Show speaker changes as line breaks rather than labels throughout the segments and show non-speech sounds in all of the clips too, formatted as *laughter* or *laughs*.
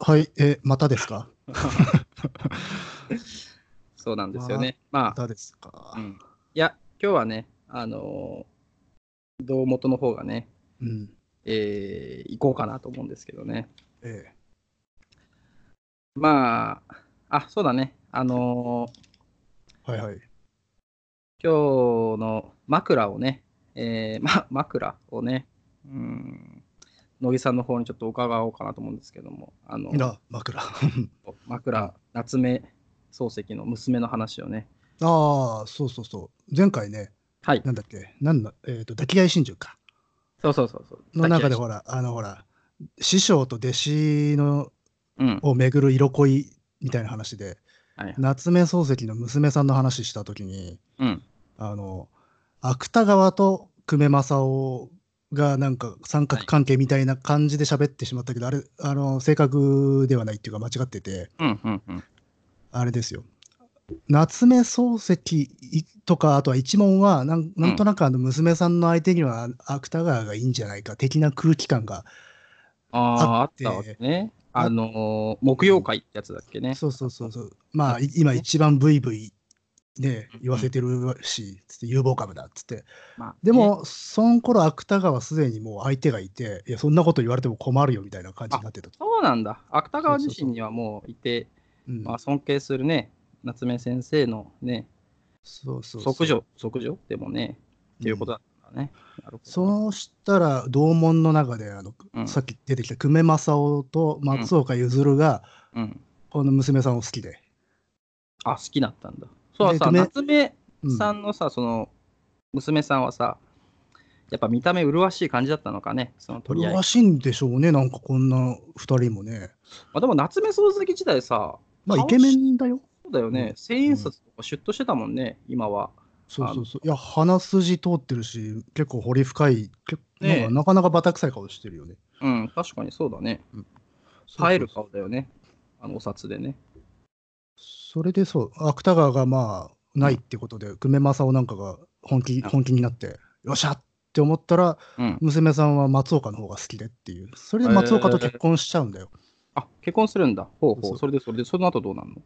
はい、え、またで
*laughs*
すか
そうなんですよね。ま
ま
あ、
たですか
う。ん、いや、今日はね、あのー、堂元の方がね、
うん。
えー行こうかなと思うんですけどね。
ええ。
まあ、あ、そうだね。あの
はいはい。
ー今日の枕をね、えー *laughs* ま、枕をね、うん、乃木さんの方にちょっと伺おうかなと思うんですけども、あの、
な、枕。 *laughs* あ
枕、夏目漱石の娘の話をね、
あ、そうそうそう。前回ね、
はい、
なんだっけ、なんだ、えっ、と、抱き合い真珠か。
そうそうそうそう。
の中で
抱
ほら、あのほら、師匠と弟子の
き合いうん、
をめぐる色恋みたいな話で、
はい、
夏目漱石の娘さんの話したときに、
うん、
あの、芥川と久米正雄がなんか三角関係みたいな感じで喋ってしまったけど、あれ、あの、正確ではないっていうか間違ってて、
うん、うん、うん。
あれですよ。夏目漱石とか、あとは一門はなん、なんとなくあの娘さんの相手には芥川がいいんじゃないか的な空気感が、
ああー、あ
あ
っ
って
たわけね。あのー木曜会ってやつだっけね。
そうそうそうそう、まあい今一番ブイブイね、言わせてるし、つって有望株だっつって、
まあ、
で、も、その頃芥川はすでにもう相手がいて、いや、そんなこと言われても困るよみたいな感じになってたと。
そうなんだ。芥川自身にはもういて、
うん
まあ、尊敬するね、夏目先生のね、
そうそうそう
即女、即女でもね、っていうことだったからね。なるほど
そうしたら、同門の中であの、
うん
さっき出てきた久米正雄と松岡譲が、
うん。
この娘さんを好きで。
あ、好きだったんだ。そう
で
さ、
久米
夏目
うん
さんのさ、その、娘さんはさ、やっぱ見た目麗しい感じだったのかね、その
こ
取り
れ
合い。
ら
ま
しいんでしょうね、なんかこんな二人もね。
あ、でも夏目漱石自体さ、
まあ、イ
顔
ケメンだよ。
そうだよね、
うん
千円札とかシュッとしてたもんね、今は。
そうそうそう。いや、鼻筋通ってるし、結構彫り深い、結構なん
ねえ
かなかなかバタ臭い顔してるよね。
うん、確かにそうだね。
そう
耐
そ
え
う
る顔だよね。あのお札でね。
それでそう、芥川がまあ、ないってことで、久米正雄なんかが本気本気になって、よっしゃって思ったら、
うん。
娘さんは松岡の方が好きでっていう、それで松岡と結婚しちゃうんだよ。
あ、結婚するんだ。ほうほう。
そうそう
それでそれで、その後どうなんの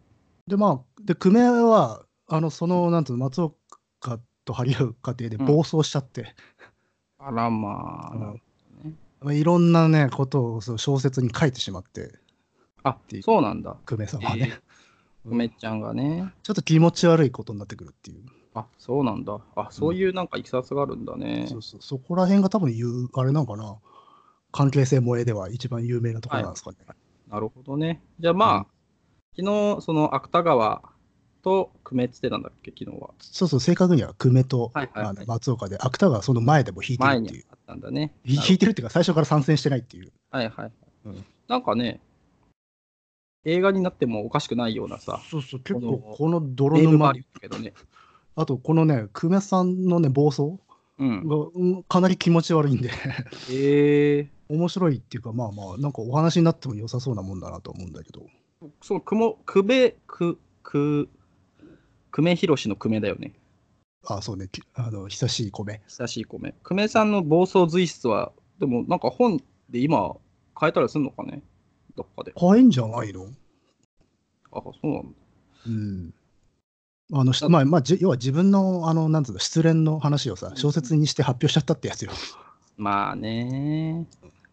で、まあ、で、久米は、あの、その、なんつうの、松岡と張り合う過程で暴走しちゃって、
あらまあ。
うん
なるほどね
まあいろんなね、ことをそう小説に書いてしまって、
あ
てい、う
そうなんだ。
久米さん
え
はね、
ー久米ちゃんがね。
ちょっと気持ち悪いことになってくるっていう、
あ、そうなんだ。あ、そういうなんかいきさつがあるんだね。
そうそうそこら辺が多分言う、あれなのかな、関係性萌えでは一番有名なところなんですかね。
なるほどね。じゃあまあ、昨日、その芥川と久米っつってたんだっけ、昨日は。
そうそう、正確には久米と、
はいはいはい
あの松岡で、芥川はその前でも引いて
前
るってい
に
う。
あったんだね。な
ひ
るほど
引いてるっていうか、最初から参戦してないっていう。
はいはい。
うん
なんかね、映画になってもおかしくないようなさ、
そうそう、結
この
構この泥
レームもあ
沼
る、けどね。
あとこのね、久米さんのね、暴走
うん。
が、うんかなり気持ち悪いんで、 *laughs*
えー、
面白いっていうか、まあまあ、なんかお話になっても良さそうなもんだなと思うんだけど、
その雲、久米、く、く、久米宏の久米だよね。
あそうね、きあの久しい米。
久しい米。久米さんの暴走随筆は、でもなんか本で今変えたりするのかねどっかで。
可愛いんじゃないの
あ、そうなんだ。
うん。あの、しまあ、まあ、じ要は自分の、あの、なんつうの、失恋の話をさ、小説にして発表しちゃったってやつよ。
まあね、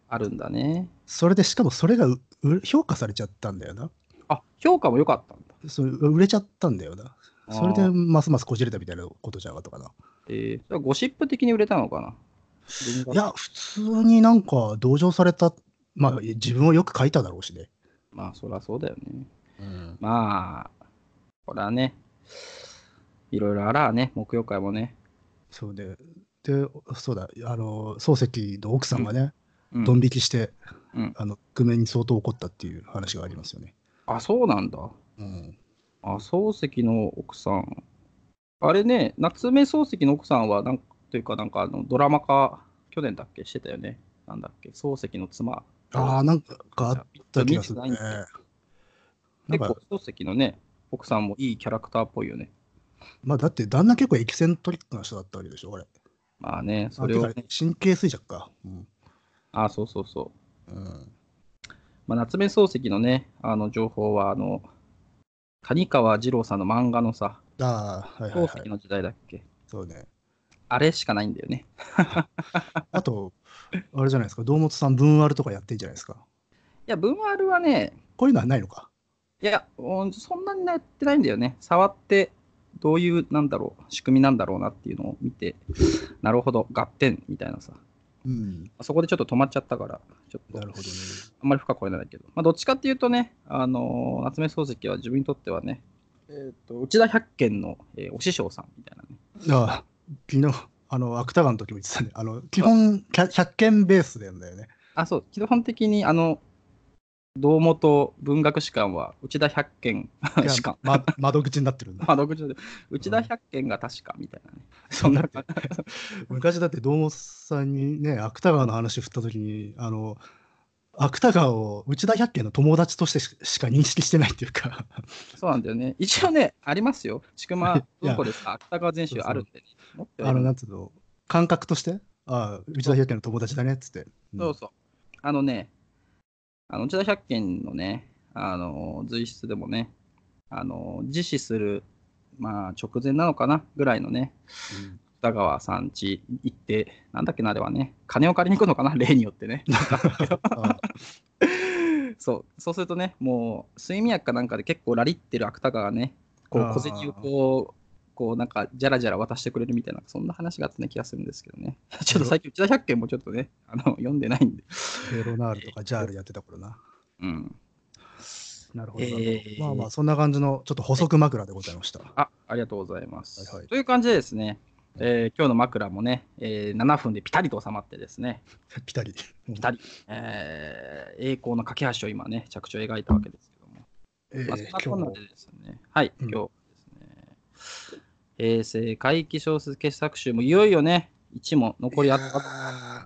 あるんだね。
それで、しかもそれがうう評価されちゃったんだよな。
あ、評価も良かったんだ。
それ売れちゃったんだよな。それ
あ
で
ー、
ますますこじれたみたいなことじゃなかったかな。
えーそれはゴシップ的に売れたのかない
や、普通になんか同情された、まあ自分をよく書いただろうしね。
まあそりゃそうだよね。
うん、
まあ、これはね、いろいろあらあね、木曜会もね。
そうで、で、そうだ、あの、漱石の奥さんがね、
うん
ドン引きして、
うん
あの、久米に相当怒ったっていう話がありますよね。
あ、そうなんだ。
うん、
あ、漱石の奥さん。あれね、夏目漱石の奥さんは、なんというか、なんかあのドラマ化、去年だっけ、してたよね。なんだっけ、漱石の妻。
ああ、なんかあった気がするね。
見てないんだ
な
結
んか
構、漱石のね、奥さんもいいキャラクターっぽいよね。
まあだって旦那結構エキセントリックな人だったわけでしょ、あれ。
まあね、そ
あ
れ
て
を
か
ね、
神経衰弱か。うん
あ、そうそうそう。
うん
まあ、夏目漱石のね、あの情報は、あの、谷川二郎さんの漫画のさ、
ああ、はいはいは
漱石
い。
の時代だっけ
そうね。
あれしかないんだよね。
あと、あれじゃないですか、堂本さん、文割とかやってんじゃないですか。
いや、文丸はね、
こういうのはないのか。
いや、うんそんなにやってないんだよね。触って、どういう、なんだろう、仕組みなんだろうなっていうのを見て、なるほど、合点みたいなさ。
うん。
そこでちょっと止まっちゃったから、ちょっと、
なるほどね。
あんまり深くは言えないけど、まあ、どっちかっていうとね、あのー夏目漱石は自分にとってはね、えー、と内田百軒の、えーお師匠さんみたいなね。
ああ、昨日、あの、芥川の時も言ってたね。あの、基本、100 100件ベースなん
*laughs*
だよね。
あ、そう、基本的に、あの、堂本文学士官は内田百軒
いや
士官。
ま、窓口になってるん
*laughs*
だ。
まあ、独自で内田百軒が確かみたいなね。 *laughs* そんな感じ。
昔だって堂本さんにね芥川の話振った時にあの芥川を内田百景の友達としてししか認識してないっていうか
そうなんだよね。一応ね、ありますよ。千曲文庫でさ、芥川全集あるんでね。持っては
あ
いる
の
んだ
なんつうの感覚としてああ内田百景の友達だねっつって、うん
そうそう。あのね、あの内田百軒のね、あの随筆でもね、あの自死する、まあ、直前なのかなぐらいのね、
うん
二川さん家行って、なんだっけな、あれはね、金を借りに行くのかな、例によってね。
あ
そうそうするとね、もう睡眠薬かなんかで結構ラリってる芥川がね、こう
あー
小銭をこう、こうなんかじゃらじゃら渡してくれるみたいな、そんな話があったね気がするんですけどね。 *laughs* ちょっと最近、内田百軒もちょっとね、あの *laughs* 読んでないんで。
ベロナールとかジャールやってた頃な
うん。
なるほ
え
ど、
ー
まあまあそんな感じのちょっと補足枕でございました、
あありがとうございます。
はいはい
という感じでですね、えー今日の枕もね、えー7分でピタリと収まってですね、
ピタリ
ピタリ、えー栄光の架け橋を今ね、着地を描いたわけですけども、
えー
まあそんなこん
今
な
日も
でですね、はい、
うん
今日ですね、平成怪奇小説傑作集もいよいよね、1も残りあっ
い
た。
やー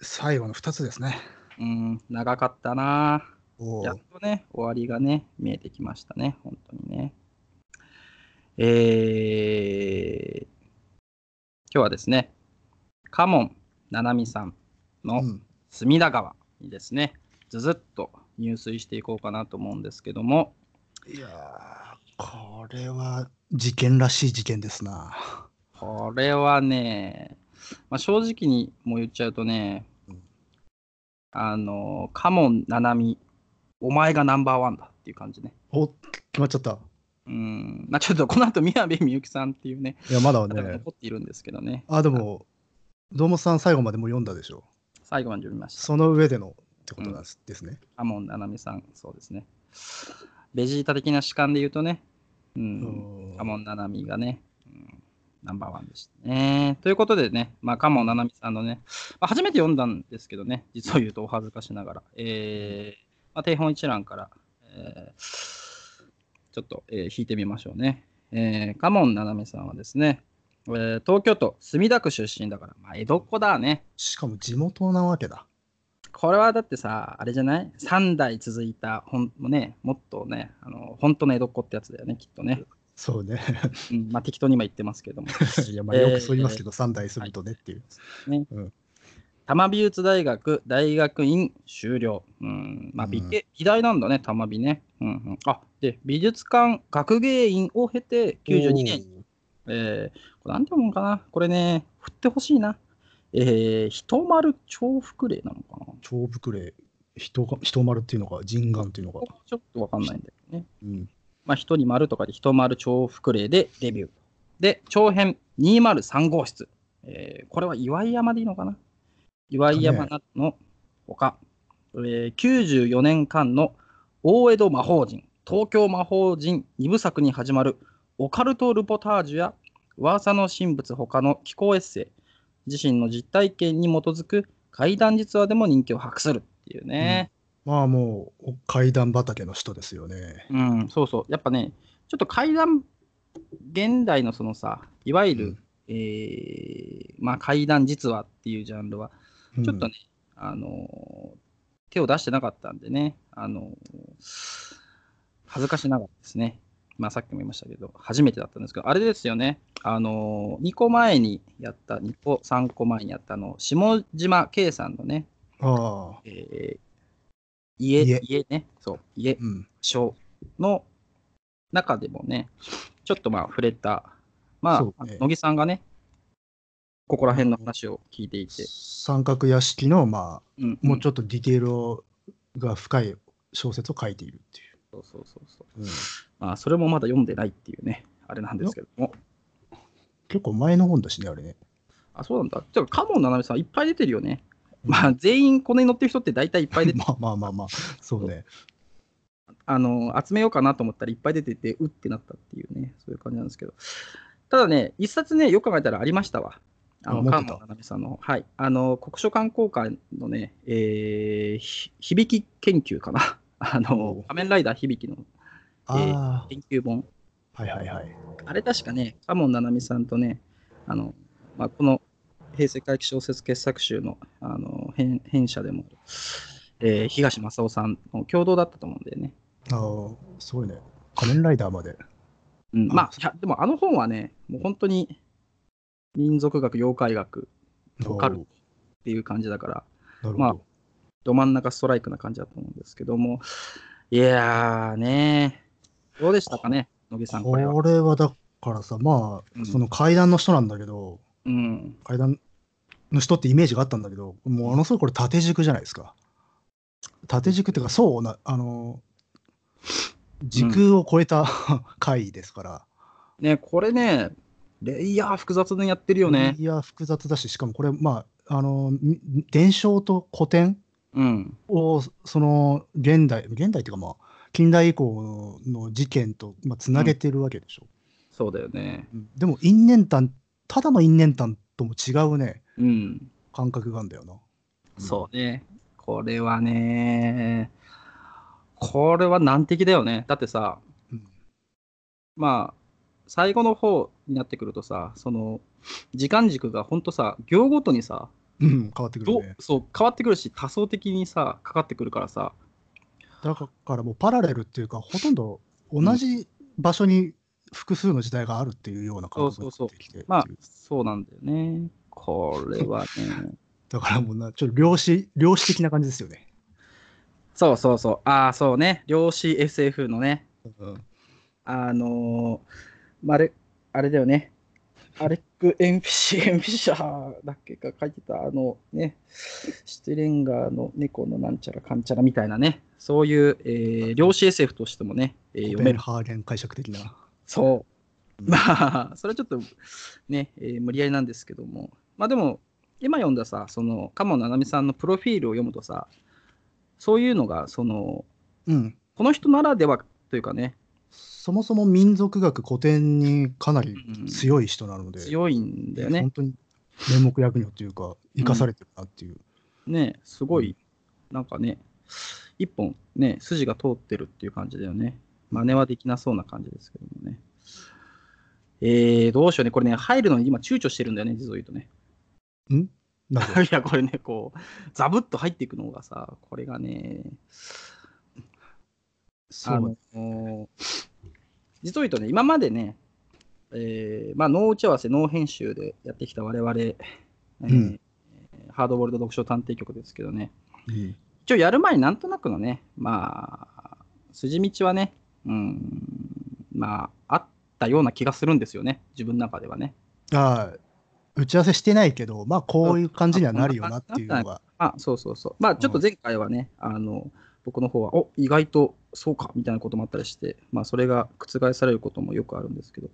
最後の2つですね
うん、長かったなぁ。
お
やっ
ー
とね、終わりがね、見えてきましたね、本当にね。えー、今日はですね、カモン・ナナミさん
う
の
ん
隅田川にですね、ずずっと入水していこうかなと思うんですけども、
いやーこれは事件らしい事件ですな。
これはね、まあ、正直にもう言っちゃうとね
うん、
あの、カモン・ナナミ、お前がナンバーワンだっていう感じね。
お決まっちゃった。
うん、まあ、ちょっとこの後宮部みゆきさんっていうね、
いやまだ
方が
*laughs* ね。
残っているんですけどね、
あでも堂本さん最後までもう読んだでしょ。
最後まで読みました。
その上でのってことなんです,、ですね。
アモン・ナナミさん、そうですね。ベジータ的な主観で言うとね、う、
うんん
カモン・ナナミがね、うんナンバーワンでしたね。ということでね、まあ、カモン・ナナミさんのね、まあ、初めて読んだんですけどね、実を言うとお恥ずかしながら、えーまあ、定本一覧から、えーちょっと、えー引いてみましょうね。えーカモン・ナナミさんはですね、えー東京都墨田区出身だから、まあ、江戸っ子だね。
しかも地元なわけだ。
これはだってさ、あれじゃない三代続いた、ほんね、もっとね、あの本当の江戸っ子ってやつだよね、きっとね。
そうね。
うん、まあ適当に今言ってますけども。
*laughs* いやま *laughs* あよくそう言いますけど、三代するとねっていう。
ね
うん
玉美術大学大学院修了。うん、まあ
うん
美,、美大なんだね、玉美ね。うんうん、あで、美術館学芸員を経て92年にえー、これなんて読むのかなこれね、振ってほしいな。えー、人丸重複例なのかな
超福礼人が人丸っていうのか人眼っていうのか。
ちょっとわかんないんだけどね。
うん。
まあ、一人丸とかで一丸超福例でデビュー。で、長編203号室。えーこれは岩井山でいいのかな岩井山などのほか、えー94年間の大江戸魔法陣、東京魔法陣2部作に始まるオカルトルポタージュや噂の神仏ほかの気候エッセイ、自身の実体験に基づく怪談実話でも人気を博するっていうね。
まあもう階段畑の人ですよね。
うん、そうそう。やっぱね、ちょっと怪談、現代のそのさ、いわゆる、
うん
えーまあ怪談実話っていうジャンルは、ちょっと
ね。
ね、あのー手を出してなかったんでね、あのー恥ずかしながらですね、まあさっきも言いましたけど、初めてだったんですけど、あれですよね、あの2個前にやった、2個、3個前にやったあの、下島圭さんのね、
ああ。
えー家、
家
家ね、そう、家、
うん。
書の中でもね、ちょっとまあ触れた、ま
そ
あ、
うね
乃木さんがね、ここら辺の話を聞いていて、
三角屋敷の、まあ、
うん
もう
ち
ちょっとディテールをが深い小説を書いているってい
ょっと、そうそうそう。
う。
まあ、それもまだ読んでないっていうね、あれなんですけども。
結構前の本だしね、あれね。
あ、そうなんだ。てか、カモンななみさんいっぱい出てるよね。
うん
まあ、全員これに乗ってる人って大体いっぱい出て、
*laughs* まあまあまあまあ、そうね。
あの、集めようかなと思ったらいっぱい出てて、うってなったっていうね、そういう感じなんですけど。ただね、一冊ね、よく考えたらありましたわ。あ
あ
の、
持
カ
っ
モ
て
ン
た
ななみさんの、はい。あの、国書館公開のね、えーひ響き研究かな。 *laughs* あ
お
の
う、
仮面ライダー響きの
あ
研究本。
あ、はいはいはい。
あれ確かね、カモン・ナナミさんとね、あの、まあ、この平成回帰小説傑作集のあの編編者でもある、えー東正夫さんの共同だったと思うんだよね。
ああ、すごいね。仮面ライダーまで。
うん、
あ
まあいや、でもあの本はね、もう本当に民族学、妖怪学オカルトっていう感じだから、
おーなるほど。
まあど真ん中ストライクな感じだと思うんですけども、いやーねどうでしたかね、野木さん、こ
こ
れは。
れはだからさ、まあ、
うん
その階段の人なんだけど、
うん、
階段の人ってイメージがあったんだけど、ものすごいこれ縦軸じゃないですか。縦軸っていうか、そうな、あの、時空を超えた *laughs* 回ですから。
ねこれね、レイヤー複雑にやってるよね。
いや、複雑だし、しかもこれ、まあ、あの、み伝承と古典
うん
を、その、現代、現代っていうか、まあ、近代以降の事件と、まあ、つなげてるわけでしょ。
そうだよね。
うんでも、因縁譚、ただの因縁譚とも違うね、
うん。
感覚があるんだよな。
そうね。これはね、これは難敵だよね。だってさ、
うん。
まあ、最後の方になってくるとさ、その、時間軸がほんとさ、行ごとにさ、
うん、変わってくる
ど
ね。
そう変わってくるし、多層的にさ、かかってくるからさ、
だからもうパラレルっていうか、ほとんど同じ場所に複数の時代があるっていうような感覚になってきて。
まあ
っていう、
そうなんだよね。これはね。
だからもうな、ちょっと量子、量子的な感じですよね。
そうそうそう。ああ、そうね。量子 SF のね、
うん。
あのーまあ、あれ、あれだよね。アレック・エンフィシ、 *laughs* エンフィシャーだっけか書いてた、あのね、シュテレンガーの猫のなんちゃらかんちゃらみたいなね、そういう、えー量子 SF としてもね、えー
コ
読
ペ
め
ン
る。
ハーゲン解釈的な。
そう。まあ、それはちょっとね、えー無理やりなんですけども、まあでも、今読んださ、その、カモン・ナナミさんのプロフィールを読むとさ、そういうのが、その、
うん。
この人ならではというかね、
そもそも民族学古典にかなり
うん
強い人なので、
強いんだよね
本。当に面目役にというか、生かされてるなっていう。
ねすごい、なんかね、一本ね、筋が通ってるっていう感じだよね。真似はできなそうな感じですけどもね。えー、どうしようね。これね、入るのに今躊躇してるんだよね、実を言うとね。 *laughs*
なんか
いや、これね、こう、ザブッと入っていくのがさ、これがね、
そうね、
あの実を言うとね、今までね、えーまあ、脳打ち合わせ、脳編集でやってきた我々、えー
うん
ハードボールド読書探偵局ですけどね、
うん
一応やる前になんとなくのね、まあ、筋道はね、うん、まあ、あったような気がするんですよね、自分の中ではね。
ああ打ち合わせしてないけど、まあ、こういう感じにはなるよなっていうのが。
あ、そうそうそう。まあ、ちょっと前回はね、あの、僕の方は、お意外とそうか、みたいなこともあったりして、まあ、それが覆されることもよくあるんですけど、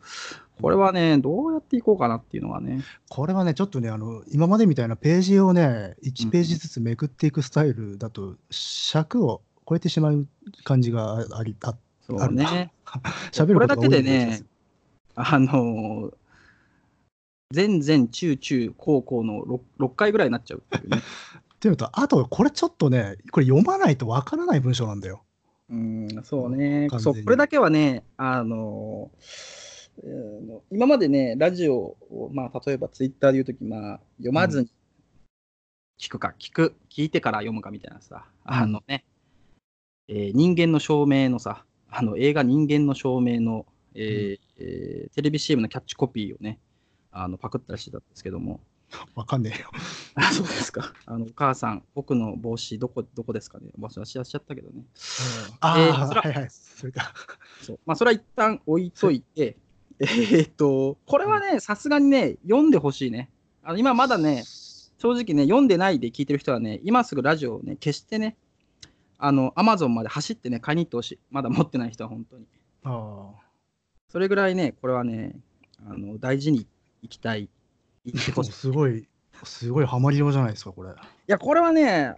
これはね、どうやっていこうかなっていうのはね、
これはね、ちょっとね、あの今までみたいなページをね、
うん
1ページずつめくっていくスタイルだと、尺を超えてしまう感じがああり、あ
そ
あ
う
る
ね
な。喋ることが
こ
多い
れだけで
ような気がす
ね
る、
あのー、全然中中高校の 6, 六回ぐらいになっちゃうっていうね。
っていうのと、あと、これちょっとね、これ読まないとわからない文章なんだよ。
うん、そうね。
完全に
そう、これだけはね、あのーえー今までね、ラジオを、まあ、例えばツイッターで言うとき、まあ、読まずに聞くか、聞く、聞いてから読むかみたいなさ、あのね、えー人間の証明のさ、あの映画人間の証明の、えーえーテレビ CM のキャッチコピーをね、あのパクったりしてたんですけども、 *laughs*
わかんねえよ。
あそうですか。あのお母さん、僕の帽子どこどこですかね。忘れしちゃったけどね。
ああ、
えーそら
はいはい。それか。
そうまあ、それは一旦置いといて、 *laughs* えーっと、これはね、さすがにね、読んでほしいね。あの今まだね、正直ね、読んでないで聞いてる人はね、今すぐラジオをね、消してね、あの、アマゾンまで走ってね、買いに行ってほしい。まだ持ってない人は本当に。
あ
それぐらいね、これはね、あの大事にいきたい。いって *laughs*
あ。
ほしい。い
すごい、すごいハマりようじゃないですか、これ。
や、これはね、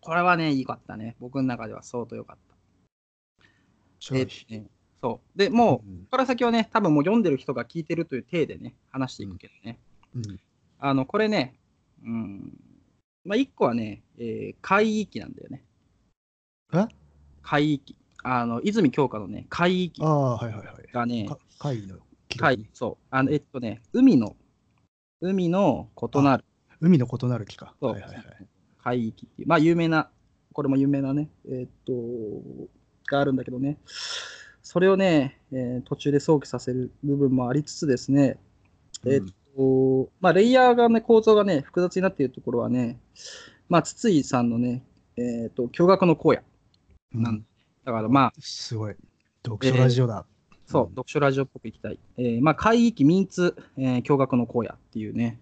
これはね、良かったね。僕の中では相当良かった。えーねそう。で、もう、
うん
ここから先はね、多分もう読んでる人が聞いてるという体でね、話していくけどね。
うん
あの、これね、うん、まあ、一個はね、えー海域なんだよね。
え
海域。あの、泉鏡花のね、海域
ああ、はいはいはい。
がね、
か会の記録
海
に、
そう、あの、えっとね、海の、海の異なる
海の異なる木か。
そう
はいはいはい。
海域っていう、まあ、有名な、これも有名なね、えーっと、があるんだけどね、それをね、えー途中で想起させる部分もありつつですね、えーっとまあ、レイヤーがね、構造がね、複雑になっているところはね、まあ、筒井さんのね、えーっと、驚愕の荒野
うん
なんだからまあ、
すごい。読書ラジオだ。
そう、
うん
読書ラジオっぽくいきたい。えーまあ、海域民通、えー、驚愕の荒野っていうね、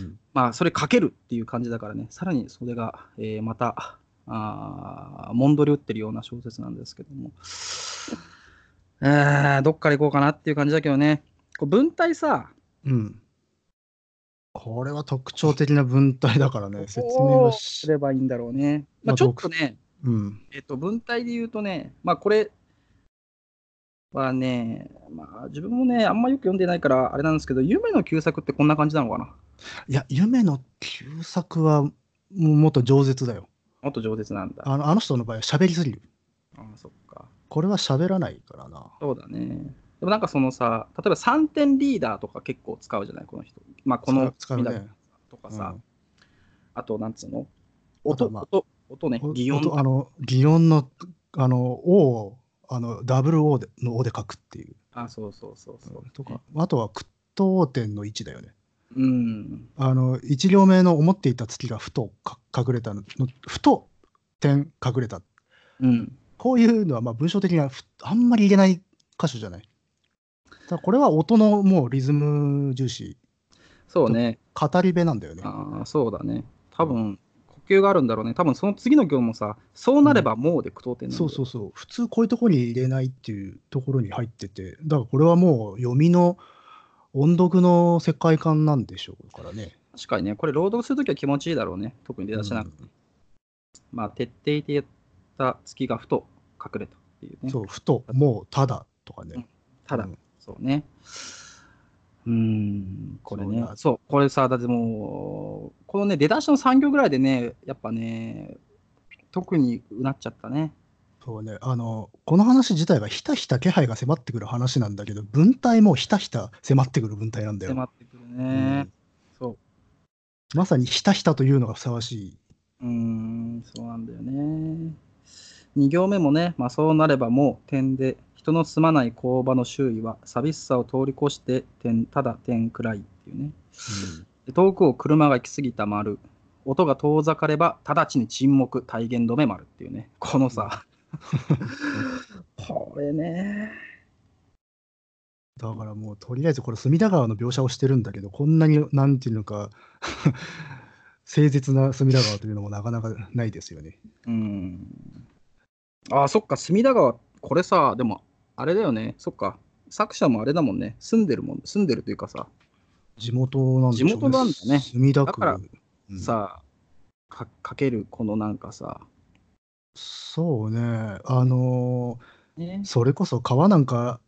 うん
まあ、それかけるっていう感じだからね、さらにそれが、えーまた、あーもんどり打ってるような小説なんですけども、えーどっから行こうかなっていう感じだけどね、こう文体さ、
うん。これは特徴的な文体だからね、説明
ど
は
う
し
す。ればいいんだろうね。ま
ま
あ、
あ
ちょっとね、
うん。
えっと、文体で言うとね、まあ、これはね、まあ、自分もね、あんまよく読んでないから、あれなんですけど、夢の旧作ってこんな感じなのかな。
いや、夢の旧作はももっと饒舌だよ。
もっと饒舌なんだ。あ
あのあの人の場合は喋りすぎる。
ーそっか。
これは喋らないからな。
そうだね。でもなんかそのさ、例えば3点リーダーとか結構使うじゃない、この人。まあこの
使う使うね。
とかさ、
うん
あとなんつうの
あ
音、
とはまあ
音、音ね、
お
擬音。
おあの、擬音の、あの、O を、あの、ダブル O での O で書くっていう。
あ、そうそうそうそう。
とか。、あとは、屈頭点の位置だよね。
うん。
あの、1行目の思っていた月がふとか隠れたの、のふと点隠れた。
うん。
こういうのは、まあ、文章的にはふあんまり入れない箇所じゃない。だからこれは音のもうリズム重視、
そうね。
語り部なんだよね。
ああ、そうだね。多分呼吸があるんだろうね。多分その次の行もさ、そうなればもうで句読点なんだ
そ
よ
うそうそう。普通こういうところに入れないっていうところに入ってて、だからこれはもう読みの音読の世界観なんでしょうからね。
確かにね、これ朗読するときは気持ちいいだろうね。特に出だしなんか。まあ、徹底でやった月がふと隠れたっていう
うん
ね。
そう、ふと、もう、ただとかね。
ただ、
うん
そうね。うーん、これね
そう。だ
そう、これさ、だってもう、このね、出だしの3行ぐらいでね、やっぱね、特にうなっちゃったね。
そうね、あの、この話自体がひたひた気配が迫ってくる話なんだけど、文体もひたひた迫ってくる文体なんだよ。
迫ってくるね。そ
まさにひたひたというのがふさわしい。
う。うーん、そうなんだよね。2行目もね、まあそうなればもう点で、人の住まない工場の周囲は寂しさを通り越して点、ただ点くらいっていうね。で遠くを車が行き過ぎた丸音が遠ざかれば直ちに沈黙体現止め丸っていうねこのさこれね
だからもうとりあえずこれ隅田川の描写をしてるんだけどこんなになんていうのか *laughs* 誠実な隅田川というのもなかなかないですよね。
うんあそっか隅田川これさでもあれだよねそっか作者もあれだもんね住んでるもん住んでるというかさ、
地元なんでしょうね。
地元なんだね
墨田区。
だから
うん
さかかけるこのなんかさ、
そうね。あの
ね
ー、それこそ川なんか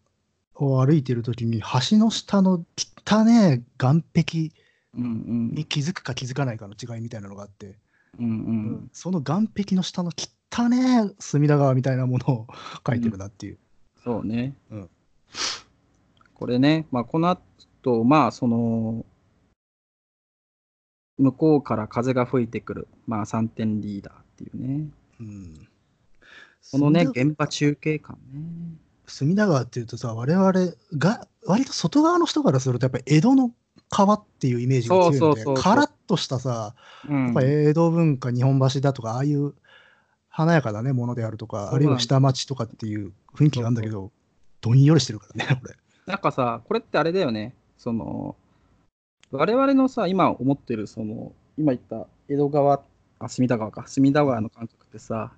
を歩いてるときに橋の下の汚ね岸壁
うんうん
に気づくか気づかないかの違いみたいなのがあって、
うんうん
その岸壁の下の汚ね隅田川みたいなものを書いてるなっていう。
そうね。
うん
これね、まあ、この後、まあ、その、向こうから風が吹いてくる、まあ、3点リーダーっていうね。
うん
このね、
隅田
現場中継感ね。
隅田川っていうとさ我々が割と外側の人からするとやっぱり江戸の川っていうイメージが強い
そうそ
の
う
で
そうそう
カラッとしたさ
うん
やっぱ江戸文化日本橋だとかああいう華やかなねものであると
そうなん
か
だ
あるいは下町とかっていう雰囲気があるんだけどどんよりしてるからね俺
なんかさ、これってあれだよね、その、我々のさ、今思ってる、その、今言った江戸川、あ、隅田川か、隅田川の感覚ってさ、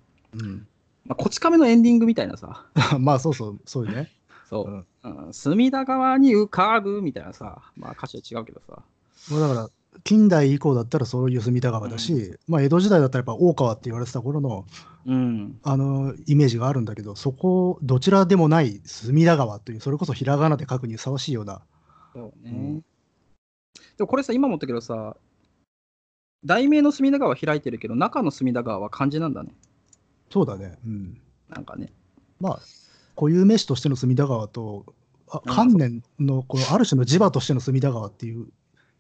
まあ、こち亀のエンディングみたいな *laughs* さ、
うん、 *laughs* まあそうそうそういうね
そう、うん隅田川に浮かぶみたいなさ、まあ歌詞は違うけどさ、
もうだから近代以降だったらそういう隅田川だし、まあ江戸時代だったらやっぱ大川って言われてた頃の
うん、
あのイメージがあるんだけどそこどちらでもない隅田川というそれこそひらがなで書くにふさわしいような
そうね。
うん
でもこれさ、今思ったけどさ、題名の隅田川は開いてるけど、中の隅田川は漢字なんだね、
そうだね、うん、
なんかね。
まあ固有名詞としての隅田川とあ
うん
観念のこのある種の磁場としての隅田川っていう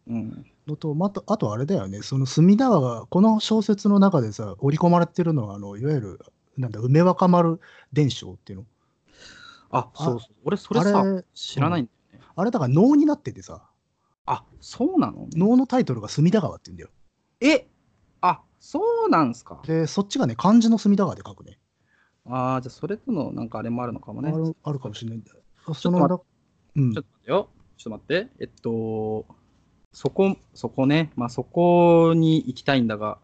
うん、
のと、またあとあれだよねその隅田川がこの小説の中でさ織り込まれてるのはあのいわゆるなんだ梅若丸伝承っていうの
あ、
あ
そうそう、俺それさ
あ、れ
知らないんだよね。
あれだから能になっててさ
あ、そうなの
能のタイトルが隅田川って言うんだよ
えあそうなんすか。
でそっちがね漢字の隅田川で書くね
ああ、じゃあそれとのなんかあれもあるのかもね。
あ
ちょっ
るあるかもしれない。
と
その
待
うん
と待ってよ。ちょっと待って。えっと、そこ、そこね。まあそこに行きたいんだが、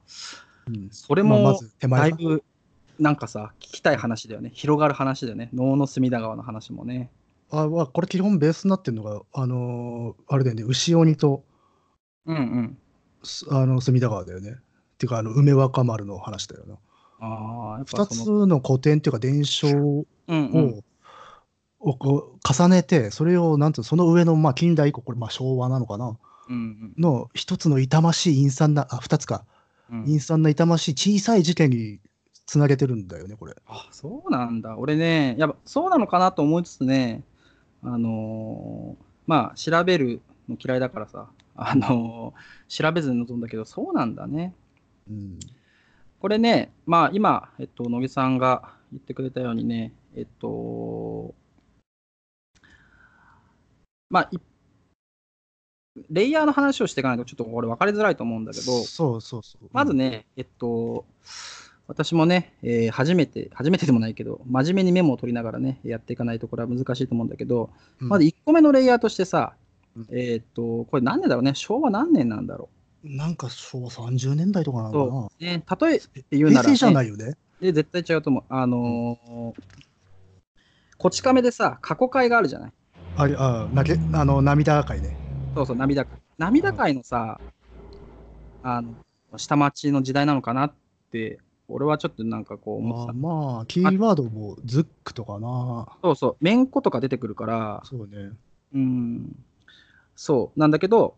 うん
それ
まあま
も
ず手
だ
前
い
か
ぶなんかさ、聞きたい話だよね。広がる話だよね。能の隅田川の話もね。
あまあこれ基本ベースになってるのが、あのーあれだよね、牛鬼と
うんうん。
すあの隅田川だよね。っていうか、あの梅若丸の話だよな。
ああ、やっぱ
2
その、
つの古典っていうか、伝承を,、
うんうん、
をこう重ねて、それをなんていうのその上の、まあ、近代以降、これまあ昭和なのかな、
うん
の一つの痛ましい陰惨な、あ、2つか、
うんうん。
陰惨な痛ましい小さい事件につなげてるんだよね、これ。
あそうなんだ。俺ね、やっぱそうなのかなと思いつつね、あのーまあ、調べるの嫌いだからさ、あのー調べずに臨んだけど、そうなんだね。
うん
これね、まあ、今、えっと、野木さんが言ってくれたようにね、えっと、まあ、いレイヤーの話をしていかないと、ちょっとこれ分かりづらいと思うんだけど、
そうそうそう。
まずね、えっと、私もね、えー初めて、初めてでもないけど、真面目にメモを取りながらね、やっていかないとこれは難しいと思うんだけど、
うん、
まず1個目のレイヤーとしてさ
うん、
えーっと、これ何年だろうね、昭和何年なんだろ
なんか昭和30年代とかな
う。
のかな
と、ね、例えって言う
平
なら、
成じゃな
ね、
いよね。
で絶対違うと思う。あのー、こち亀でさ、過去会があるじゃない。
あれ、あ、なけ、あの、涙赤いね。
そうそう、涙会。涙会のさ、あの、下町の時代なのかなって、俺はちょっとなんかこう思って
まあ、
た。
まあ、キーワードもズックとかな。
そうそう、めんことか出てくるから、
そうね。
うん、そうなんだけど、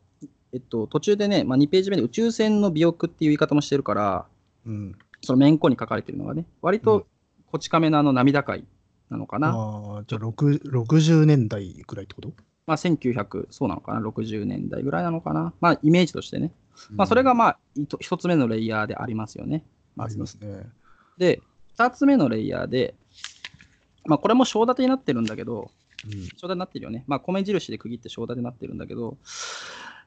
えっと、途中でね、まあ、2ページ目で宇宙船の尾翼っていう言い方もしてるから、
うん。
そのめんこに書かれてるのがね、割
う
と
ん
こち亀のあの涙会なのかな、
ああ、じゃあ、六、六十年代くらいってこと。
まあ、1900、そうなのかな、60年代ぐらいなのかな、まあ、イメージとしてね、まあ、それが
うん、
まあいと一つ目のレイヤーでありますよね。
ありますね。
で、二つ目のレイヤーで、まあ、これも正立てになってるんだけど、
うん。
正立になってるよね。まあ、米印で区切って正立になってるんだけど、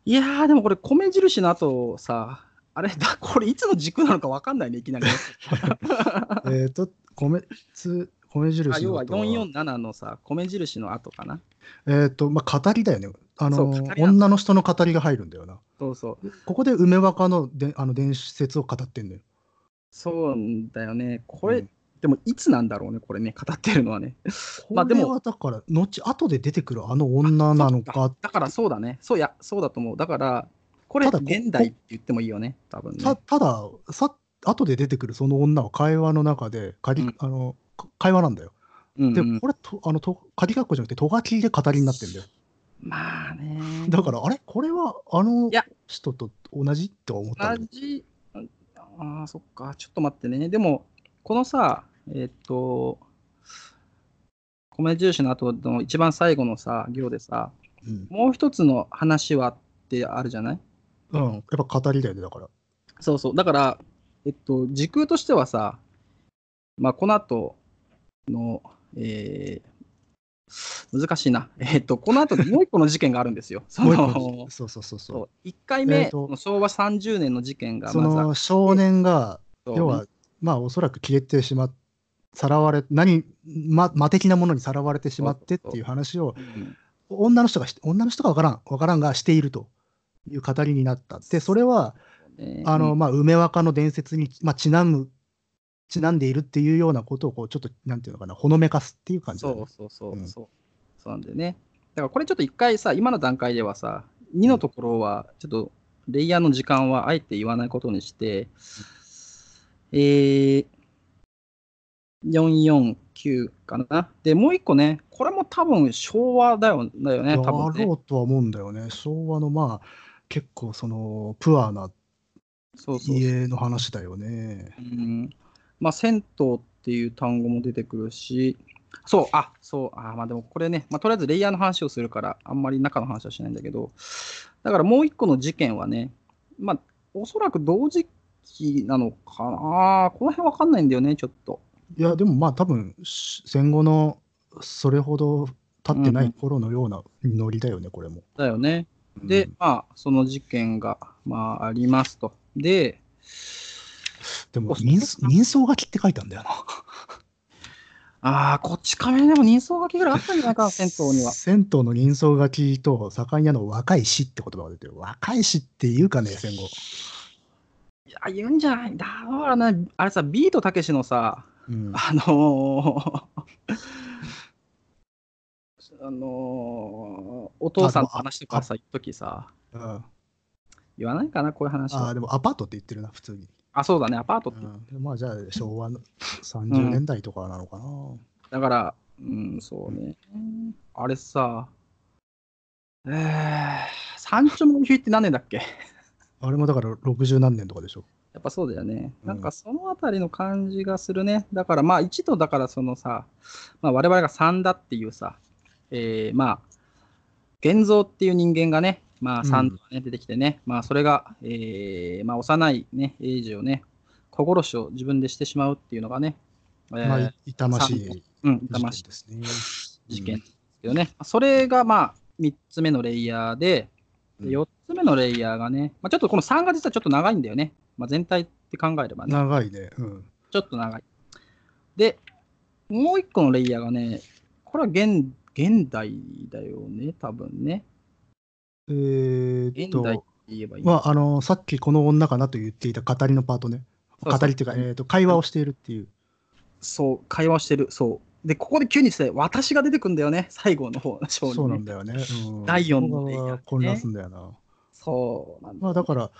いやー、でもこれ、米印の後さ、あれだ、これ、いつの軸なのか分かんないね、いきなり
*laughs*
ね。
えっと、米、つ、米印の
あ
後
要
は。
は447のさ、米印の後かな。
えっと、まあ、語りだよね。あ
そう
の
語りなん、だ
女の人の語りが入るんだよな。
そうそう。
ここで梅若の、で、あの、伝説を語ってんのよ。
そうなんだよね。これ、
うん
でも、いつなんだろうね、これね、語ってるのはね。ま
ま
あ
あ、
で
で
も
も、だから、後、後で出てくるあの女なのか。
だから、そうだね。そういや、そうだと思う。だから、これ、
ただこ
現代って言ってもいいよね、多分ね。
たたださ後で出てくるその女は会話の中で仮、
うん
あのか会話なんだよ。
うん
で
うん
これとあのと仮括弧じゃなくてとがきで語りになってんだよ。
まあね。
だからあれこれはあの
いや
人と同じとは思ったんだ
同
け
じ、ああ、そっか、ちょっと待ってね。でも、このさ、えーっと、米印の後の一番最後のさ、行でさ、
ど、うん
もう一つの話はってあるじゃない
うん、やっぱ語りだよねだから。
そうそう。だから、えっと、時空としてはさ、まあ、この後の、えー難しいな。えっと、この後にもう一個の事件があるんですよ。 *laughs* そ
*laughs* もう一個
の
そうそうそ
そ
うそう
1回目、
えーと
その昭和30年の事件
う。
が
そ
まずあっ
の少年が、
て
要は、まあ、おそらく消えてしまっさらわれ、何、ま、魔的なものにさらわれてしまってっていう話を、
うん
女の人がし、女の人がわからん、わからんがしているという語りになった。で、それは、
ね
あの、
うん
まあ、梅若の伝説に、まあ、ちなむ、ちなんでいるっていうようなことを、こう、ちょっと、なんていうのかな、ほのめかすっていう感じだね、
そうそうそう
うん
そう、そうなんでね。だからこれちょっと一回さ、今の段階ではさ、2のところは、ちょっとレイヤーの時間はあえて言わないことにして、えー、449かな。で、もう一個ね、これも多分昭和だよだよね、多分
や
ね
ろ。うとは思うんだよね。昭和の、まあ、結構、その、プアな
そうそうそう。
家の話だよね。
うんまあ、銭湯っていう単語も出てくるし、そう、あそう、あまあでもこれね、まあ、とりあえずレイヤーの話をするから、あんまり中の話はしないんだけど、だからもう一個の事件はね、まあ、おそらく同時期なのかな、この辺わかんないんだよね、ちょっと。
いや、でも、まあ、多分、し戦後の、それほど経ってな
うん
い頃のようなノリだよね、これも。
だよね。で、
うん
まあ、その事件が、まあ、ありますと。で、
でも
お
人相、人相書きって書いたんだよな。
ああ、こっち亀でも人相書きぐらいあったんじゃないかな、銭湯には。
銭湯の人相書きと、盛ん屋の若い死って言葉が出てる。若い死っていうかね、戦後。
いや、言うんじゃない。だからね、あれさ、ビートたけしのさ、
うん、
あの *laughs* ー、あのーお父さんの話とかさ、言うときさ、
あ
言わないかな、こういう話
あ
あ
でもアパートって言ってるな、普通に。
あ、そうだね、アパートって。
うん、まあじゃあ、昭和の30年代とかなのかな。
だから、うん、そうね。あれさ、えー、山頂の日って何年だっけ
あれもだから60何年とかでしょ。
やっぱそうだよね。
うん
なんかそのあたりの感じがするね。だからまあ一度だからそのさ、まあ、我々が3だっていうさ、えーまあ、現像っていう人間がね、まあ
うん
3とかね、出てきてね、まあそれが、えーまあ幼いね、エイジをね、子殺しを自分でしてしまうっていうのがね、えー
まあ、痛ましい
うん、痛
事件
ましい
ですね。
事件ですけどね、まあそれがまあ3つ目のレイヤーで、
うん
で4つ目のレイヤーがね、まあ、ちょっとこの3が実はちょっと長いんだよね、まあ、全体って考えればね、
長いね。うん。
ちょっと長い。で、もう一個のレイヤーがね、これは現現代だよね、多分ね。
えー、っ
現代って
と、
言えばいい。
まあ、あの、さっきこの女かなと言っていた語りのパートね。
そうそう
語りっていうか、えーっと、会話をしているっていう。
そう、会話してる。そう。で、ここで急にして、私が出てくんだよね、最後の方の章に、ね。
そうなんだよね。うん
第四のレイヤーね
ここが混乱すんだよな。
そうなんだ
まあだから、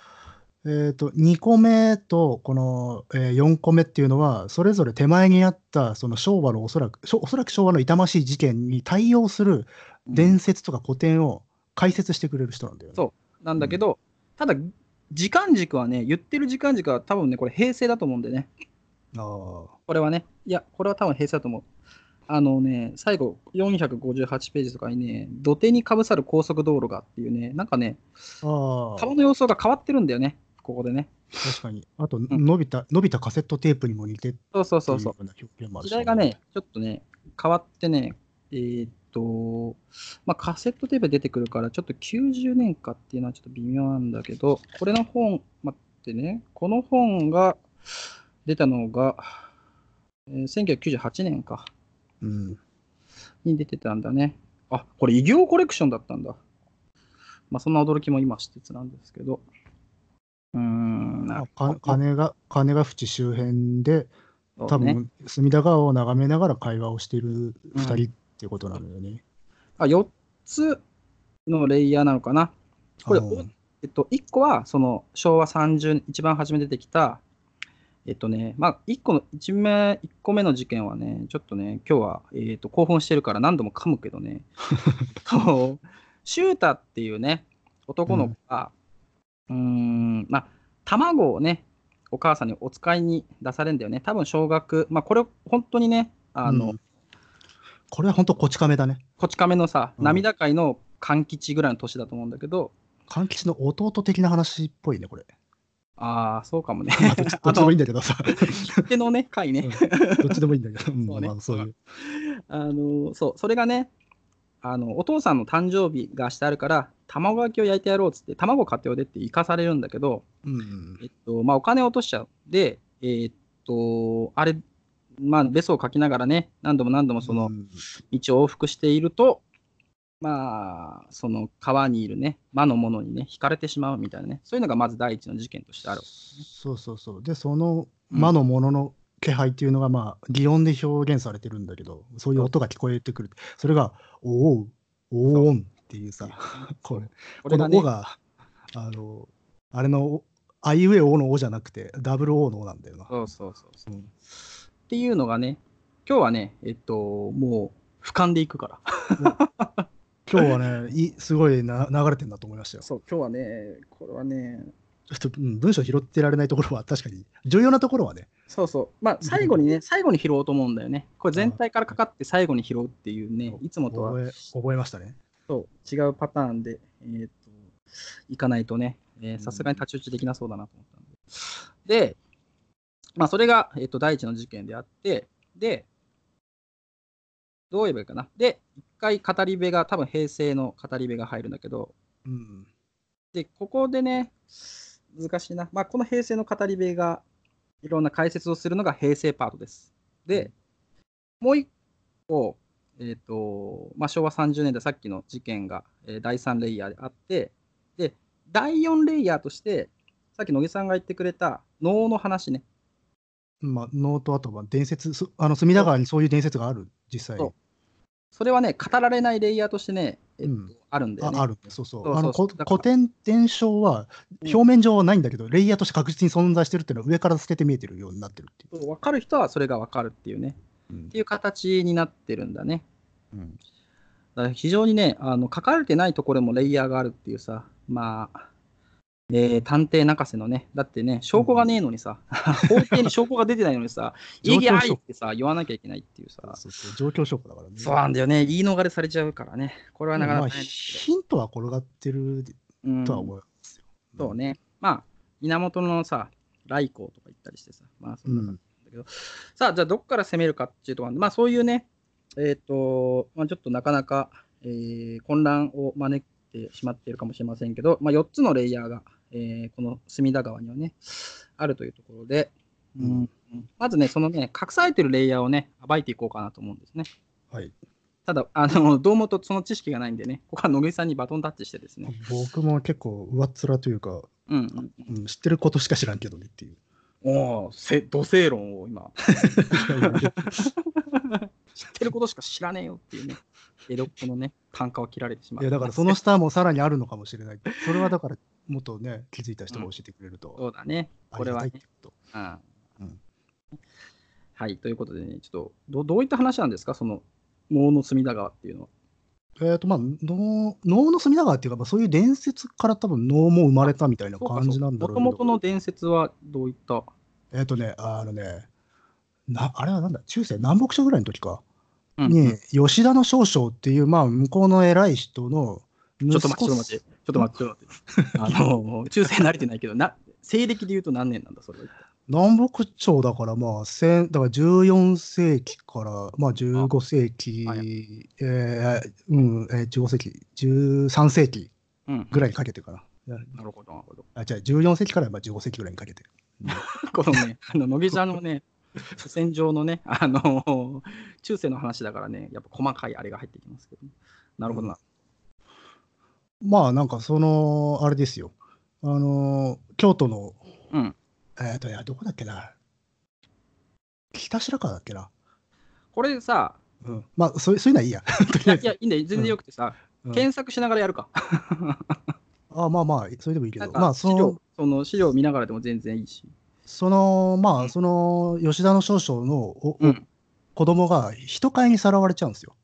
えー、と2個目とこの、えー4個目っていうのはそれぞれ手前にあったその昭和のおそらくしょおそらく昭和の痛ましい事件に対応する伝説とか古典を解説してくれる人なんだよね。
そうなんだけど、ただ、時間軸はね、言ってる時間軸は多分ね、これ平成だと思うんでね。
あ
これはね、いや、これは多分平成だと思う。あのね、最後、458ページとかにね、土手にかぶさる高速道路がっていうね、なんかね、
ああ
川の様相が変わってるんだよね、ここでね。
確かに。あと、伸びた伸びたカセットテープにも似てっていう
そうそうそうそ
よ
う。
うな表現もある
時
し
代がね、ちょっとね、変わってね、えーっと、まあ、カセットテープ出てくるから、ちょっと90年かっていうのはちょっと微妙なんだけど、これの本、待ってね、この本が出たのが、えー1998年か、
うん。
に出てたんだね。あ、これ異形コレクションだったんだ。まあ、そんな驚きも今しつつなんですけど。うーん、
ま
な
あ
る
か金が金が淵周辺で
ほ
多
どね。
分隅田川を眺めながら会話をしている2人っていうことなのよね。
あ、4つのレイヤーなのかな。これ
あの
おえっと、1個はその昭和30一番初め出てきたえっとねまあ1個の一名一個目の事件はねちょっとね今日は、えっと興奮してるから何度も噛むけど
*laughs*
ねそうシュータっていうね男の子がうーんまあ卵をねお母さんにお使いに出されるんだよね多分小学まあこれ本当にねあの、
うんこれは本当こち亀だね。
こち亀のさ
うん
涙会の勘吉ぐらいの年だと思うんだけど、
柑橘の弟的な話っぽいね、
*laughs*
これ。
ああそうかもね
まあどっちどっちでもいいんだけ
*laughs*
どさ。
手のね会ね
うんどっちでもいいんだけど。うん
そうね
まあそういう。
あのそうそれがねあのお父さんの誕生日がしてあるから卵焼きを焼いてやろうっつって卵買っておいでって行かされるんだけど、
うん
えっとまあ、お金を落としちゃうでえーっとあれまあベソを書きながらね何度も何度もその
うん
道を往復していると、まあその川にいるね魔のものにね惹かれてしまうみたいなねそういうのがまず第一の事件としてある
そうそうそう。で、その魔のものの気配っていうのが、まあ、擬音で表現されてるんだけど、そういう音が聞こえてくる。それが、おおう、おおんっていうさ、これ、
こ
こ
れ
の
がね
おが、あの、あれのお、あいうえおのおじゃなくて、ダブルおのおなんだよな。
そうそうそうそう、
うん
っていうのがね今日はねえっともう俯瞰でいくから
今日はね、いすごいな流れてんだと思いましたよ。ちょ
そう今日はねこれはね
っと、うん、文章拾ってられないところは確かに、重要なところはね、
そうそうまあ最後にね最後に拾おうと思うんだよねこれ全体からかかって最後に拾うっていうねいつもとは
覚え覚えましたね。
そう違うパターンで、えー、といかないとね、えー
うん
さすがに太刀打ちできなそうだなと思ったんで。で、まあ、それが、えー、と第一の事件であって、で、どう言えばいいかな。で、一回語り部が、多分平成の語り部が入るんだけど、
うん。
で、ここでね、難しいな。まあ、この平成の語り部が、いろんな解説をするのが平成パートです。で、もう一個、えっ、と、まあ、昭和30年代、さっきの事件が、えー第3レイヤーであって、で、第4レイヤーとして、さっき野木さんが言ってくれた能の話ね。
まあ、ノートあとは伝説、そあの隅田川にそういう伝説がある、実際に
そ。それはね、語られないレイヤーとしてね、えっと
うん
あるんだよね。
ああるんだよそうそう。
そうそう
あの
そう
こ
だから
古典伝承は
うん
表面上はないんだけど、レイヤーとして確実に存在してるっていうのは上から透けて見えてるようになってるってい
分かる人はそれが分かるっていうね、
うん
っていう形になってるんだね。
う。
だから非常にねあの書かれてないところもレイヤーがあるっていうさまあ、えー探偵泣かせのねだってね証拠がねえのにさ、法廷に証拠が出てないのに *laughs* さ「
状況
異
証拠
議あり!」ってさ言わなきゃいけないっていうさ
そうそう状況証拠だからね。
そうなんだよね言い逃れされちゃうからねこれはなかな
ま
か大
あ、
変です
ヒントは転がってる
けど、うん
とは思いますよ。
そうねまあ源のさ来光とか言ったりしてさまあそん
う
な感じ
ん。
さあ、じゃあどこから攻めるかっていうところなんでまあそういうね、えっ、と、まあちょっとなかなか、えー混乱を招いてしまっているかもしれませんけど、まあ4つのレイヤーが、えーこの隅田川にはね、あるというところで、うんまずね、そのね、隠されてるレイヤーをね、暴いていこうかなと思うんですね。
はい。
ただ、あの、どうもとその知識がないんでね、ここは野口さんにバトンタッチしてですね、
僕も結構上っ面というか、
うん、
うん、知ってることしか知らんけどねっ
*laughs*
ていう。
うん。おお、せ土星論を今、知ってることしか知らねえよっていうね、江戸っ子のね、単価を切られてしまう。
いやだから
*laughs*
その下もさらにあるのかもしれない。それはだからもっとね、気づいた人が教えてくれると、
そうだね。これは
あ
ね
りがたいってこと。
うん
うん
はい、ということでね、ちょっとどどういった話なんですか、その能の隅田川っていうのは。
えーとまあ、能能の隅田川っていうか、まあ、そういう伝説から多分能も生まれたみたいな感じなんだろうけど、
もともとの伝説はどういった
えっ、とね、あのねな、あれはなんだ、中世、南北朝ぐらいの時か、
うん
に、吉田の少将っていう、まあ、向こうの偉い人の
ちょ
息
っと待って、ちょっと待って、ちょっと待って、ちょっと待って。あの、中世慣れてないけど、な西暦で言うと何年なんだ、それは。
南北朝だから、まあ、千だから14世紀から、まあ、15世紀、
あはい
えーうんえー、15世紀、13世紀
うん
ぐらいにかけてかな。
なるほど、なるほど。
あ、じゃあ14世紀からまあ15世紀ぐらいにかけて。
このね、あの乃木ちゃんのね、戦場のね、あの中世の話だからね、やっぱ細かいあれが入ってきますけど、なるほどな。
まあなんかそのあれですよあの京都の
うん。
えっ、といやどこだっけな北白川だっけな、
これさ、
うん、まあそうそういうのはいいやと
い
り
や、
あえ
い
ず
やいいんだよ、全然よくてさ、
うん
検索しながらやるか。
あまあまあそれでもいいけ
な
ど
んか
まあ
資
その
料その資料を見ながらでも全然いいし。
そのまあその吉田の少将のお、お
うん
子供が人買いにさらわれちゃうんですよ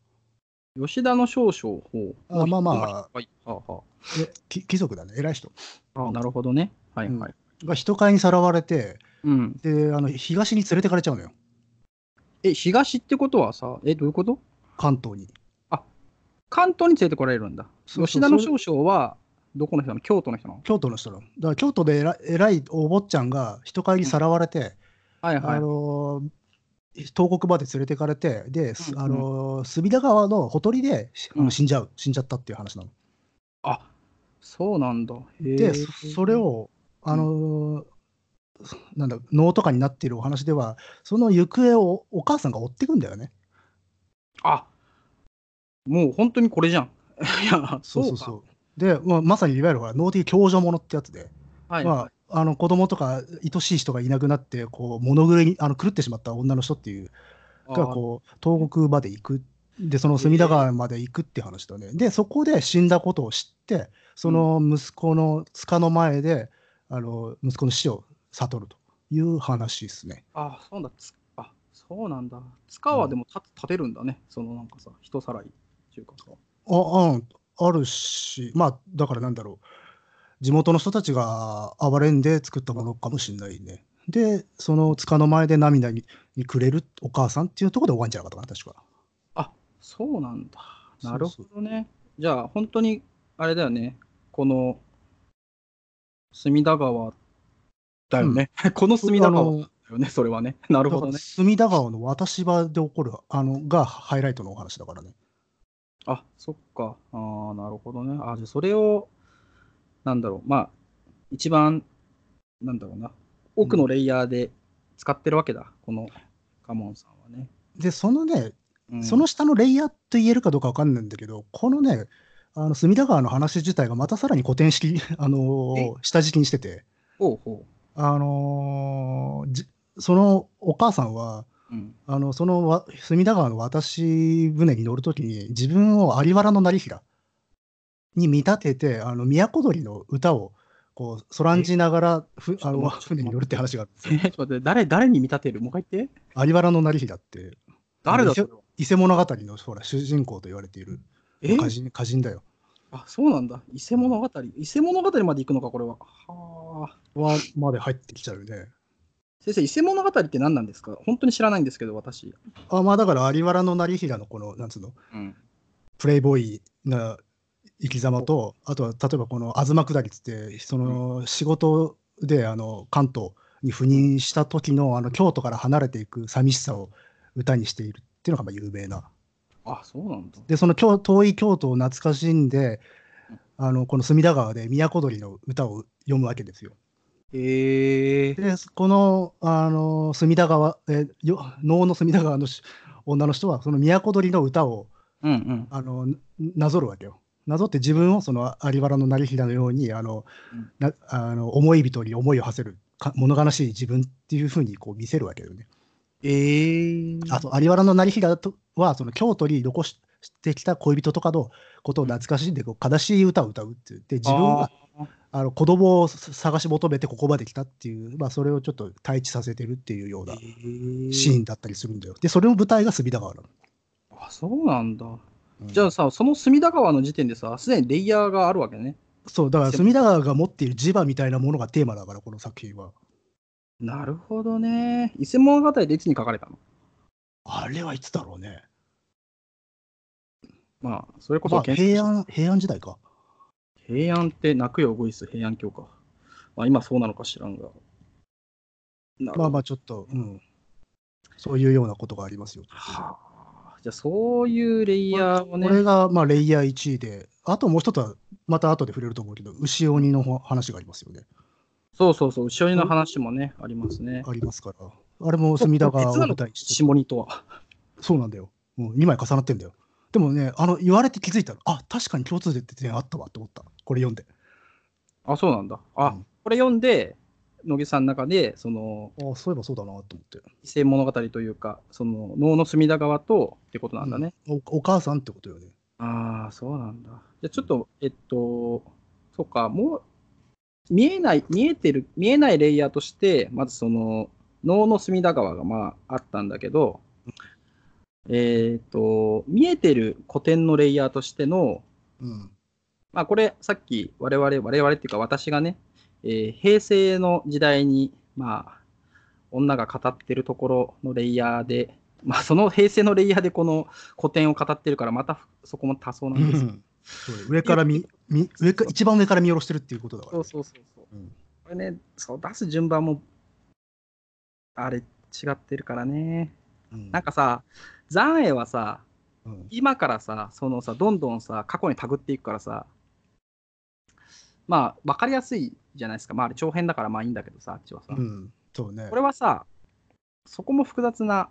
吉田の少々を。
あまあまあ
はい。はあは
でき貴族だね偉い人
ああなるほどね。はいはい。
が人買いにさらわれて
うん。
であの東に連れてかれちゃうのよ
え、東ってことはさ、え、どういうこと
関東に
関東に連れてこられるんだ。
そうそ
吉
う
田の少々は、どこの人なの京都の人なの
京都の人なのだから京都で偉い偉いお坊ちゃんが人買いにさらわれて、
はいは
あ
い。
のー東国まで連れてかれて、で、す
うんうん
あのー隅田川のほとりで、しあの
うん
死んじゃう、死んじゃったっていう話なの。
あそうなんだ。へ
で、
え
そそれ、を、あのーなんだ、能とかになっているお話では、その行方をお母さんが追っていくんだよね。
あもう本当にこれじゃん。 *laughs* いや、
そうそう
か
そう。で、まあ、まさにいわゆるほら能的共助ものってやつで、
はい、
まあ、あの子供とか愛しい人がいなくなって、こう、物狂いにあの狂ってしまった女の人っていう
あー
がこう東国まで行くでその隅田川まで行くって話だね、でそこで死んだことを知ってその息子の塚の前で、あの息子の死を悟るという話ですね
あそうだつあそうなんだ。塚はでも立立てるんだね、そのなんかさ、人さらいっていうかさ。
あああるしまあだからなんだろう地元の人たちが暴れんで作ったものかもしれないねでその塚の前で涙ににくれるお母さんっていうところで終わんじゃなかったかな確か
あそうなんだ。
そうそう
なるほどね。じゃあ、本当にあれだよね、この隅田川だよね。 *laughs* この隅田
あ
川だ
の
よね、それはね。なる
だ
ほ
か
どね。
ら隅田川の渡し場で起こるあのがハイライトのお話だからね。
あそっか。ああ、なるほどね。あじゃあ、それを、なんだろう、まあ、一番、なんだろうな、奥のレイヤーで使ってるわけだ、このカモンさんはね。
でそのね、
うん
その下のレイヤーと言えるかどうかわかんないんだけどこのねあの隅田川の話自体がまたさらに古典式、あのー下敷きにしてて、
ほうほ
あのーじそのお母さんは
う。うん、
あのそのわ隅田川の渡し船に乗るときに自分を有原の成平に見立ててあの都鳥の歌をこうそらんじながらふ
ちょ
あ
っと
の
待って
船に乗るって話があるんです
え。
よ
ちょっと待って、誰、誰に見立てるもう一回言って。
有原の成平って
誰だ
あの
それは
伊勢物語のほら主人公と言われている
え
歌人歌人だよ。
あ、そうなんだ。伊勢物語。伊勢物語まで行くのか、これは。はあ。
はまで入ってきちゃうね。
先生、伊勢物語って何なんですか本当に知らないんですけど、私。
あまあだから有原の成平のこのなんつうの
うん。
プレイボーイな生き様とあとは例えばこの「吾妻下り」っつってその仕事であの関東に赴任した時のあの京都から離れていく寂しさを歌にしているっていうのがまあ有名な。
あ、そうなんだ。
でその京遠い京都を懐かしんであのこの隅田川で都鳥の歌を読むわけですよ。
へえー。
でこのあの隅田川えーよ能の隅田川のし女の人はその都鳥の歌を
うんうん。
あのななぞるわけよ。なぞって自分をその有原の成平のようにあの、
うん
なあの思い人に思いを馳せるか物悲しい自分っていうふうにこう見せるわけよね。
えー。
あと有原の成平とはその京都に残してきた恋人とかのことを懐かしんでこう悲しい歌を歌うって言って自分は
あー
あの子供を探し求めてここまで来たっていう、まあ、それをちょっと対峙させてるっていうようなシーンだったりするんだよ。でそれの舞台が隅田川なの。
あ、そうなんだ。
うん
じゃあさ、その隅田川の時点でさ、すでにレイヤーがあるわけね。
そうだから隅田川が持っている磁場みたいなものがテーマだからこの作品は。
なるほどね。伊勢物語でいつに書かれたの
あれはいつだろうね。
まあ、それこ
ま
そ
あ、平安、平安時代か。
平安って泣くよ、グイス、平安京か。まあ、今そうなのか知らんが。なるほ
まあ
ど
まあ、ちょっと、うん。そういうようなことがありますよ。
はあ。じゃあ、そういうレイヤーを
こ
ね。
れが、まあ、レイヤー1位で、あともう一つは、また後で触れると思うけど、牛鬼のほ話がありますよね。
そうそうそう、後ろの話もね、ありますね。
ありますから。あれも隅田川を
別なの
舞台にしてる。
下にとは。
そうなんだよ。うん、2枚重なってんだよ。でもね、あの、言われて気づいたら、あ、確かに共通点って点あったわって思った。これ読んで。
あ、そうなんだ。あ、
うん
これ読んで、乃木さんの中で、その、
あそういえばそうだなと思って。
異性物語というか、その、能の隅田川とってことなんだね。
うんお。お母さんってことよね。
ああ、そうなんだ。じゃあ、ちょっと、えっと、そっか、もう、見えない、見えてる、見えないレイヤーとして、まずその、能の隅田川がまああったんだけど、えーっと、見えてる古典のレイヤーとしての、
うん。
まあ、これ、さっき我々、我々っていうか私がね、えー平成の時代に、まあ、女が語ってるところのレイヤーで、まあ、その平成のレイヤーでこの古典を語ってるから、またそこも多層なんですけど
そうだよ上から見、見上か一番上から見下ろしてるっていうことだから
そ
ね、
うそうそうそう。
うん
これね、そう出す順番も、あれ、違ってるからね。
うん
なんかさ、残影はさ、
うん
今からさ、そのさ、どんどんさ、過去にたぐっていくからさ、まあ、わかりやすいじゃないですか。まあ、あれ長編だからまあいいんだけどさ、あっちはさ。
うん、そうね
これはさ、そこも複雑な、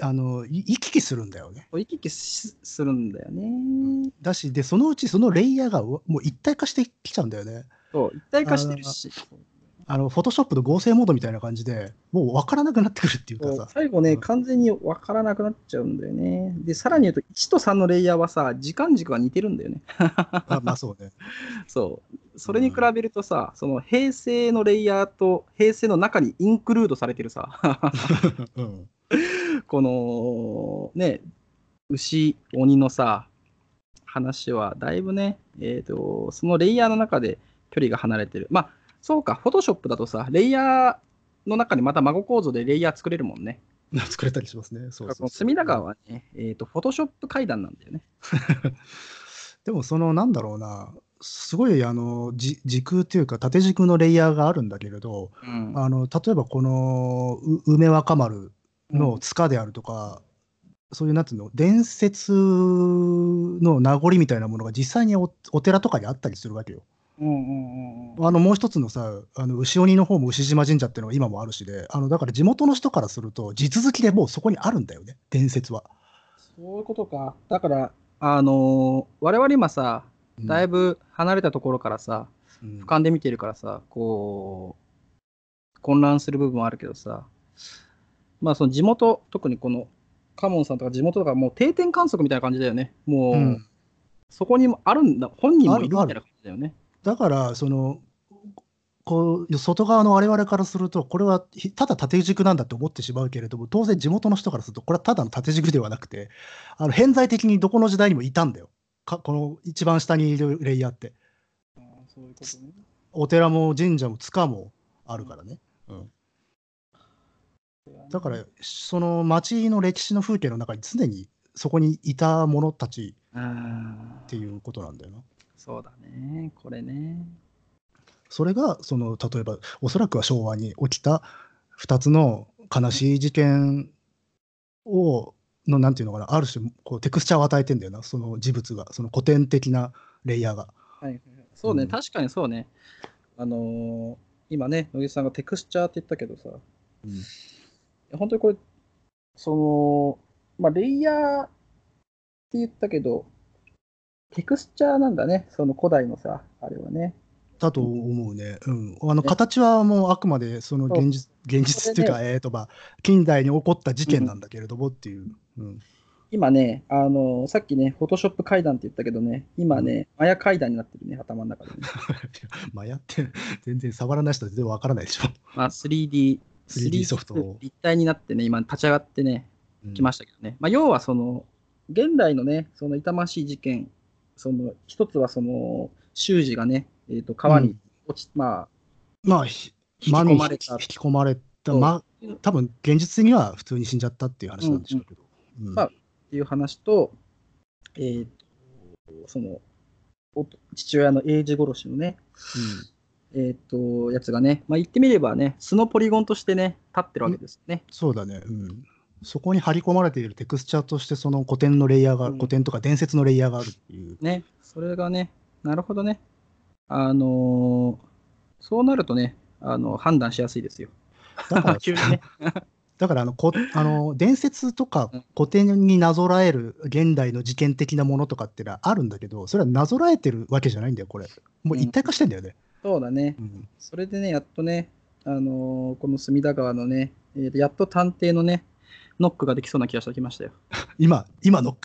あのい行き来するんだよね
行き来しするんだよね。
だしでそのうちそのレイヤーがうわもう一体化してきちゃうんだよね
そう、一体化してるし。
あのフォトショップの合成モードみたいな感じでもう分からなくなってくるっていう
そ
か
う
さ
最後ね、
うん
完全に分からなくなっちゃうんだよね。で、さらに言うと、1と3のレイヤーはさ、時間軸が似てるんだよね。
*laughs* まあまあそうね *laughs*
そう。それに比べるとさ、その平成のレイヤーと平成の中にインクルードされてるさ、 *laughs*
うん
このね、牛、鬼のさ、話はだいぶね、えーと、そのレイヤーの中で距離が離れてる。まあ、そうか、フォトショップだとさ、レイヤーの中にまた孫構造でレイヤー作れるもんね。
作れたりしますね。そうそう
この隅田川はね、えー、とフォトショップ階段なんだよね。
でもそのなんだろうなすごいあのじ時空というか縦軸のレイヤーがあるんだけれど
うん
あの例えばこのう梅若丸の塚であるとか、そういうなんていうの伝説の名残みたいなものが実際におお寺とかにあったりするわけよ。
うんうんうんうん
あのもう一つのさあの牛鬼の方も牛島神社っていうのが今もあるしであのだから地元の人からすると地続きでもうそこにあるんだよね伝説は。
そういうことか。だから、あのー我々今さ、だい
ぶ、
ぶ離れたところからさ、
うん
俯瞰で見てるからさ、こう、混乱する部分はあるけどさ、まあその地元、特にこのカモンさんとか地元とか、もう定点観測みたいな感じだよね。もう、
うん
そこにもあるんだ、本人もいるみたい
あるあ
な
る
感じだよね。
だからそのこう外側の我々からするとこれはひただ縦軸なんだって思ってしまうけれども当然地元の人からするとこれはただの縦軸ではなくてあの偏在的にどこの時代にもいたんだよかこの一番下にいるレイヤーって
そういうことね。
お寺も神社も塚もあるからね、だからその町の歴史の風景の中に常にそこにいた者たち
うん
っていうことなんだよな。
そうだね、これね。
それがその例えばおそらくは昭和に起きた2つの悲しい事件をのなんていうのかなある種こうテクスチャーを与えてんだよなその事物がその古典的なレイヤーが。
はいはいはいそうね、
うん
確かにそうね。あのー今ね、野木さんがテクスチャーって言ったけどさ、本当にこれ、その、まあ、レイヤーって言ったけど、テクスチャーなんだね、その古代のさ、あれはね。
だと思うね、うん、あの形はもうあくまでその現実現実っていうか、えーとまあ、近代に起こった事件なんだけれどもっていう、うん *laughs*
今ね、あのーさっきね、フォトショップ階段って言ったけどね、今ね、マヤ階段になってるね、頭の中で、ね。
まあやって *laughs* 全然触らない人は全然わからないでしょ。
まあ、3D、
3D ソフトを
立体になってね、今立ち上がってね、きま
し
したけどね、まあ、要はその現代のねその痛ましい事件その一つはその修士がね、えー、と川
う
に
ん
落ち、まあ
まあひ
引き込まれた
引き引き込まれた、
そう
まあ、多分現実には普通に死んじゃったっていう話なんでしょうけど。うん
まあっていう話と,、えーとそのお父親の英治殺しのねえっ、とやつがね、まあ、言ってみればね素のポリゴンとしてね立ってるわけですよね。
そうだね、うん。そこに張り込まれているテクスチャーとしてその古典のレイヤーが、
うん
古典とか伝説のレイヤーがあるっていう。
ね、それがね、なるほどね。あのーそうなるとね、あの判断しやすい
*laughs*
ですよ。 *laughs*
だから
急にね。
だからあのこあの伝説とか
うん
古典になぞらえる現代の事件的なものとかってのはあるんだけどそれはなぞらえてるわけじゃないんだよこれ。もう一体化してんだよね。
そうだね。
うん
それでね、やっとね、あのーこの隅田川のね、えーとやっと探偵のね、ノックができそうな気がしてきましたよ。
今今の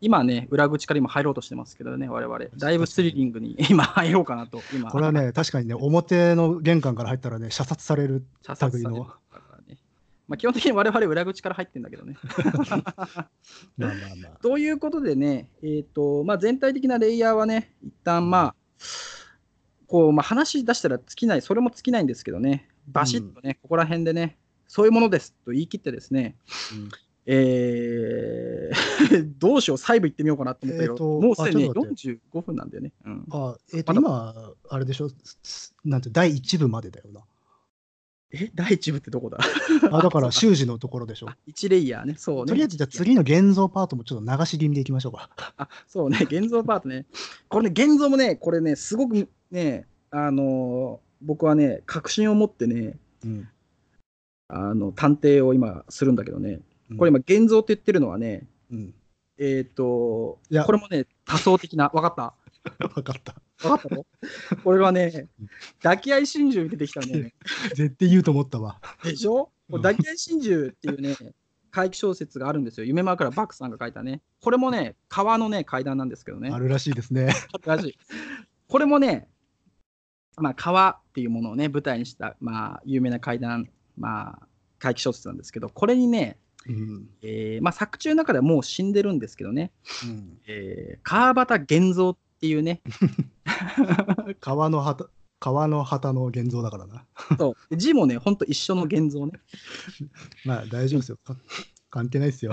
今ね、裏口から今入ろうとしてますけどね、我々。だいぶスリリングに今入ろうかなと、今。
これはね確かにね表の玄関から入ったらね射殺される
射殺されるからね。まあ、基本的に我々裏口から入ってんだけどね。
まあまあまあ。
ということでね、えーとまあ、全体的なレイヤーはね、一旦まあ、こうまあ、話出したら尽きない、それも尽きないんですけどね、バシッとね、ここら辺でね、そういうものですと言い切ってですね、
うん
えー *laughs* どうしよう、細部行ってみようかなと思ったけど、
えーと
もうすでに
あちょっと待
45分なんだよね。うん
あえっ、と、
まだ
今、あれでしょ、すすなんて、第1部までだよな。
え、第一部ってどこだ
あだから修士のところでしょ。
*laughs* 一レイヤーね。そうね。
とりあえずじゃあ次の現像パートもちょっと流し気味でいきましょうか。
あ、そうね。現像パートね。これね、現像もね、これね、すごくね、あのー僕はね、確信を持ってね、
うん、
あの、探偵を今するんだけどね、これ今、現像って言ってるのはね、
うん、
えっ、と、
いや
これもね、多層的な、わか
*laughs*
った
分かった。
わかったのこれは
*laughs*
ね、抱き合い真珠に出てきたんだよね。
絶対言うと思ったわ。
でしょ
うん
抱き合い真珠っていうね、怪奇小説があるんですよ。夢枕バックさんが書いたね。これもね、川のね、階段なんですけどね
あ。るらしいで
*laughs*
すね。
らしい。これもね、まあ、川っていうものをね、舞台にした、まあ、有名な怪談、まあ、怪奇小説なんですけど、これにね、
うん
えーまあ、作中の中ではもう死んでるんですけどね、
うん、
えー川端玄三っていうね、
川の旗川の旗の現像だからな。
そう字もね、ほんと一緒の玄三ね。
まあ大丈夫ですよ。か関係ないで
*laughs*
すよ。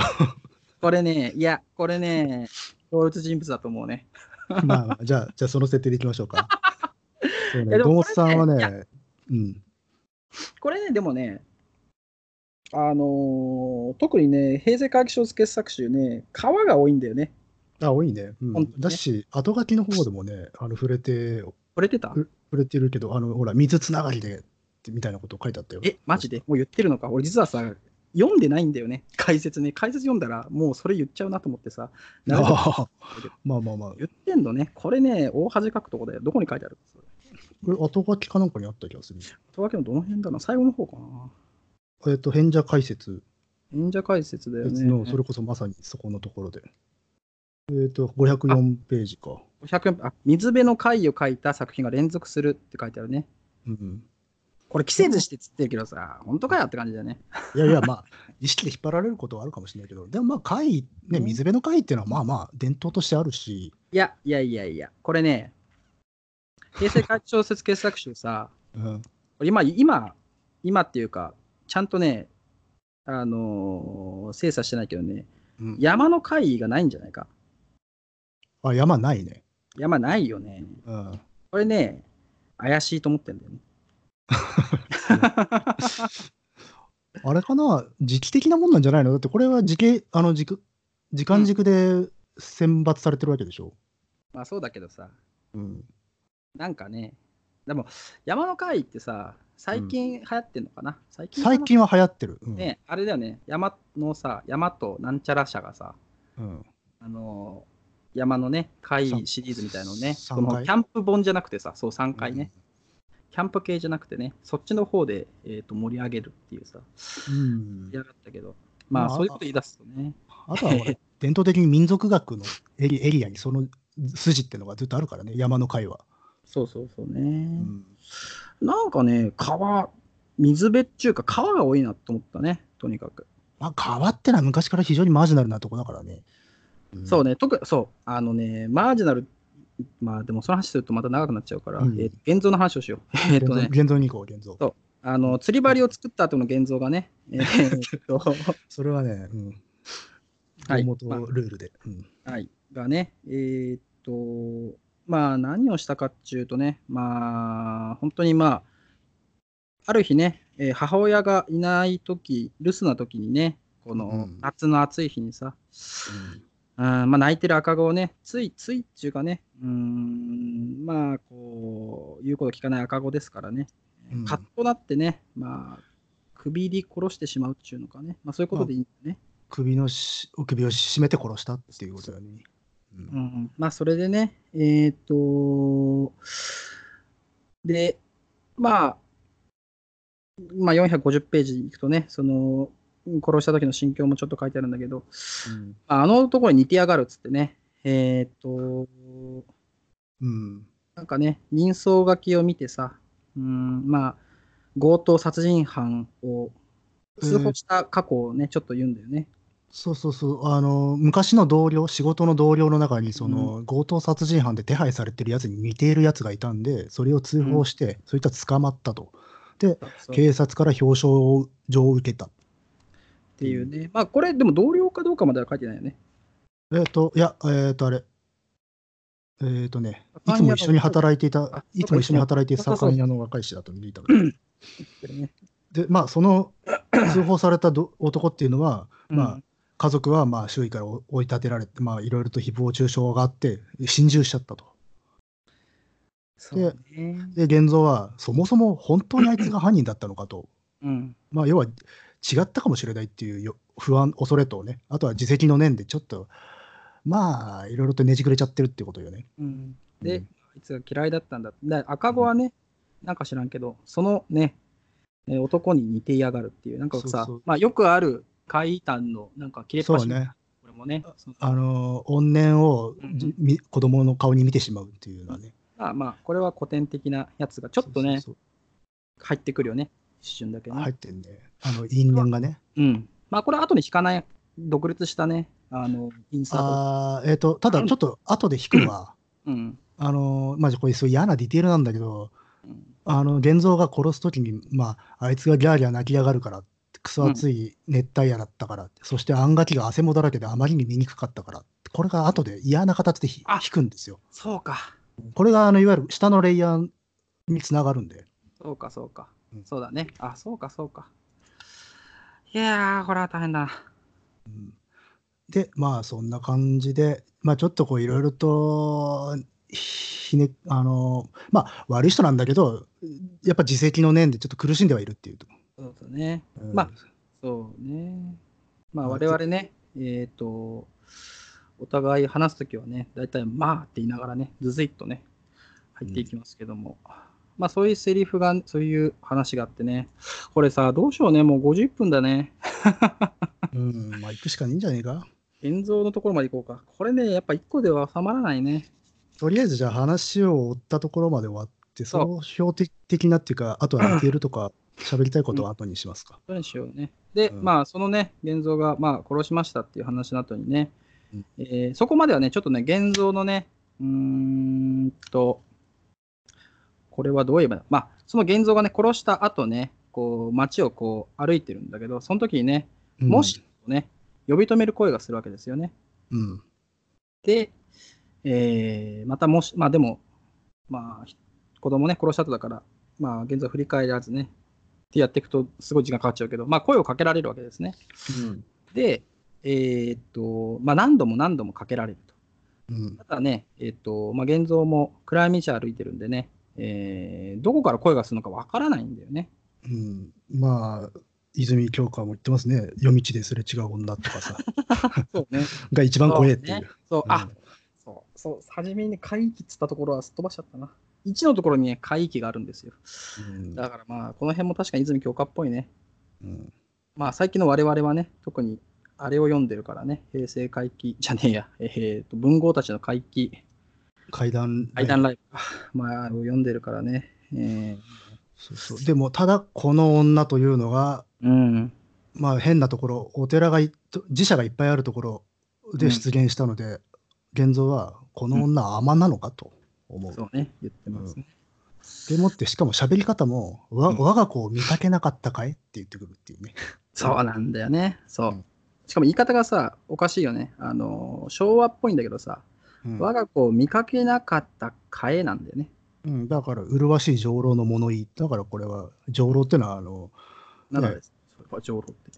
これね、いや、これね、同一人物だと思うね。
まあまあ、じゃあ、じゃあその設定でいきましょ
*laughs*
うか。そう
い
ね、
やで
堂
も
本さんはいね、うん、
これね、でもね、あのー特にね、平成怪奇小説傑作集ね、川が多いんだよね。
あ、多いね。うん
本当ね
だし、後書きの方でもね、あの触れて、
これ出た
触れてるけど、あのほら、水つながりでってみたいなこと書いてあったよ。
え、マジでもう言ってるのか。俺実はさ、読んでないんだよね。解説ね。解説読んだら、もうそれ言っちゃうなと思ってさ。なるほど。
ああ *laughs* まあまあまあ、
言ってんのね。これね、大恥かくとこだよ。どこに書いてあるそれ
これ後書きかなんかにあった気がする。
とわけのどの辺だな最後の方かな。
えっ、と、変者解説
演者解説だよね。
の、それこそまさにそこのところで。えっ、と、504ページか。
500円あ、水辺の貝を書いた作品が連続するって書いてあるね。
うん、
これ、季節してっつってるけどさ、本当かよって感じだよね。
いやいや、まあ、意識で引っ張られることはあるかもしれないけど、でもまあ、貝、
う
ね、
ん
水辺の貝っていうのは、まあまあ、伝統としてあるし、
いや、いやいやいや、これね、平成怪奇小説傑作集さ、
うん、
これ今、今、今っていうか、ちゃんとね、あのー精査してないけどね、
うん
山の怪異がないんじゃないか。
あ山ないね。
山ないよね。
うん、
これね、怪しいと思ってんだよね。
あれかな、時期的なもんなんじゃないのだって、これは時系あの軸時間軸で選抜されてるわけでしょ。
まあそうだけどさ、
うん、
なんかね、でも、山の怪異ってさ、最近流行ってんのかな、最近かな
最近は流行ってる。うん
ね、あれだよね、山のさ、山となんちゃら社がさ、
うん
あのー山のね、会シリーズみたいのね、
さ
その
三回
キャンプ本じゃなくてさ、そう3回ね、キャンプ系じゃなくてね、そっちの方で、えー、と盛り上げるっていうさ、
うん
やがったけど、まあ、
まあ
そういうこと言い出すとね、
あとはほら伝統的に民族学のエリエリアにその筋ってのがずっとあるからね、山の会は。
そうそうそうね、
うん
なんかね、川、水辺っていうか、川が多いなと思ったね、とにかく。
まあ、川ってのは昔から非常にマージナルなとこだからね。うん
そうね、特そう、あのね、マージナル、まあでもその話するとまた長くなっちゃうから、
うん
えー現像の話を
*laughs*
しよう。えっ、とね、
現像に行こう、現像。
あの釣り針を作った後の現像が
*laughs*
ね、えーっと
それはね、うん。
はい
大元ルールで。うん
はい、がね、えーっと、まあ何をしたかっていうとね、まあ本当にまあ、ある日ね、えー母親がいない時留守な時にね、こ
う
の
ん
夏の暑い日にさ、あーまあ、泣いてる赤子をね、ついついっていうかね、うーん、まあ、こう、言うこと聞かない赤子ですからね、
うん
カッとなってね、まあ、首で殺してしまうっていうのかね、まあ、そういうことでいいんだね。
首のし首を絞めて殺したっていうことだね。う
うんん、まあ、それでね、えーっと、で、まあ、まあ、450ページいくとね、その、殺した時の心境もちょっと書いてあるんだけど、あの男に似てやがるっつってね、えーっと、
うん
なんかね、人相書きを見てさ、うーん、まあ、強盗殺人犯を通報した過去をね、ちょっと言うんだよね。
そうそうそうあの昔の同僚仕事の同僚の中にその、強盗殺人犯で手配されてるやつに似ているやつがいたんでそれを通報して、そういった捕まったと
そうっ
警察から表彰状を受けた
ていうね。まあ、これ、でも同僚かどうかまでは書いてないよね。
えっ、といやえっ、とあれえっ、とねい
パン屋
つ
の
も一緒に働いてい
あ
たいつ
そう
も
か
一緒に働いている
そうか
酒屋の若い衆だと見ていたの
言ってるね
で、まあ、その通報されたど男っていうのは、まあ
うん
家族はまあ周囲から追追い立てられて、まあ、いろいろと誹謗中傷があって、心中しちゃったと。
そうね。
で、現像は、そもそも本当にあいつが犯人だったのかと、 *coughs*
うん。
まあ、要は違ったかもしれないっていうよ不安、恐れとね、あとは自責の念で、ちょっと、まあ、いろいろとねじくれちゃってるってことよね。
うん、で、
うん
あいつが嫌いだったんだ。だ赤子はね、なんか知らんけど、そのね、えー男に似ていやがるっていう、なんかさ、
そうそう
まあよくある怪談のなんか切れっ
そ
端
う
みたいな
ね。
これもね、その
あの、怨念をじ
うんうん
み子供の顔に見てしまうっていうのはね。
まあまあ、これは古典的なやつがちょっとね、
そうそう
入ってくるよね、一瞬だけ
そう
ね。
入ってんね。あの、因縁がね。
うん。まあこれは後に引かない、独立したね、あの、インサート。
あーえっ、と、ただちょっと後で引くのは、
うん。
あの、まあ、これすごい嫌なディテールなんだけど、
うん
あの、現像が殺すときに、まあ、あいつがギャーギャー泣き上がるから、クソ熱い熱帯夜だったから、そしてあんがきが汗もだらけであまりに醜かったから、これが後で嫌な形でひ
あ
引くんですよ。
そうか、
これが、あの、いわゆる下のレイヤーにつながるんで。
そうか、そうか
う。ん
そうだね。あ、そうか、そうか。いやー、これは大変だな。
で、まあ、そんな感じで、まあ、ちょっとこう、いろいろと、ひね、あの、まあ、悪い人なんだけど、やっぱ自責の念でちょっと苦しんではいるっていうと。
そうだね。
うん
まあそうね。まあ
まあ
我々ね、えっ、と、お互い話すときはね、大体まあって言いながらね、ずずいっとね、入っていきますけども、まあそういうセリフが、そういう話があってね、これさ、どうしようね、もう50分だね。
うん、まあ、行くしかねえんじゃねえか。
現像のところまで行こうか。これね、やっぱ1個では収まらないね。
とりあえず、じゃあ話を追ったところまで終わって、
そう
総評的なっていうか、あとは似てると
*laughs*
か、喋りたいことは後にしますか。
どうにしようね。で、
うん
まあ、そのね、現像が、まあ、殺しましたっていう話の後にね、
うん
えーそこまではね、ちょっとね、現像のね、うーんと、これはどう言えばいいのまあ、その現像がね、殺した後ね、こう、街をこう、歩いてるんだけど、その時にね、
うん
もし、ね、呼び止める声がするわけですよね。
うん。
で、えーまたもし、まあでも、まあ、ひ子供ね、殺した後だから、まあ、現在振り返らずね、ってやっていくと、すごい時間かかっちゃうけど、まあ、声をかけられるわけですね。
うん。
で、えーっと、まあ、何度も何度もかけられると。
うん。
ただね、えーっと、まあ、現像も暗い道歩いてるんでね、えーどこから声がするのかわからないんだよね。
うん、まあ、泉鏡花も言ってますね。夜道ですれ違う女
*laughs*
とかさ、
そう *laughs* ね。
が一番怖えってい
そうね。そう、
う
あ
ん、
そう、そう、初めに怪域っつったところはすっ飛ばしちゃったな。1のところにね、怪域があるんですよ。
うん
だからまあ、この辺も確かに泉鏡花っぽいね。
うん
まあ、最近の我々はね、特にあれを読んでるからね、平成回帰じゃねえや、えーと、文豪たちの回帰、
階段。
怪談ライブか、まあ、を読んでるからね。えー
そうそうでも、ただ、この女というのが、
うん。
まあ、変なところ、お寺がい、寺社がいっぱいあるところ
うん
で出現したので、現像は、この女は甘なのかと思う。
そうね、言ってますね。
でもって、しかも喋り方も、わ
うん
我が子を見かけなかったかいって言ってくるっていうね。。
そうなんだよね。そううんしかも言い方がさ、おかしいよね。あのー、昭和っぽいんだけどさ、
うん
我が子を見かけなかったかえなんだよね。
うん、だから、麗しい上郎の物言い。だから、これは、上郎ってのは、あの、
なんだ
ね
ろう、それは上路って。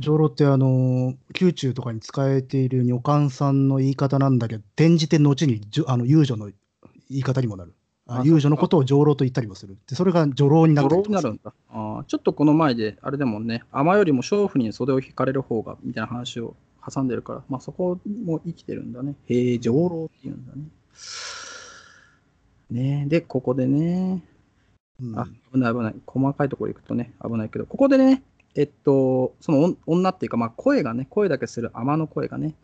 上郎ってあの宮中とかに使えている女官さんの言い方なんだけど転じて後にじゅあの遊女の言い方にもなるあ
あ
遊女のことを上郎と言ったりもするでそれが女郎にな
ド
った
ロ
り
ー
と
にな
か
るんだ。あーちょっとこの前で、あれでもんね、雨よりも娼婦に袖を引かれる方が、みたいな話を挟んでるから、まあそこも生きてるんだね。へえ、上郎っていうんだね。ねえで、ここでね、
うん
あ、危ない危ない。細かいところ行くとね、危ないけど、ここでね、えっと、その女女っていうか、まあ声がね、声だけする天の声がね、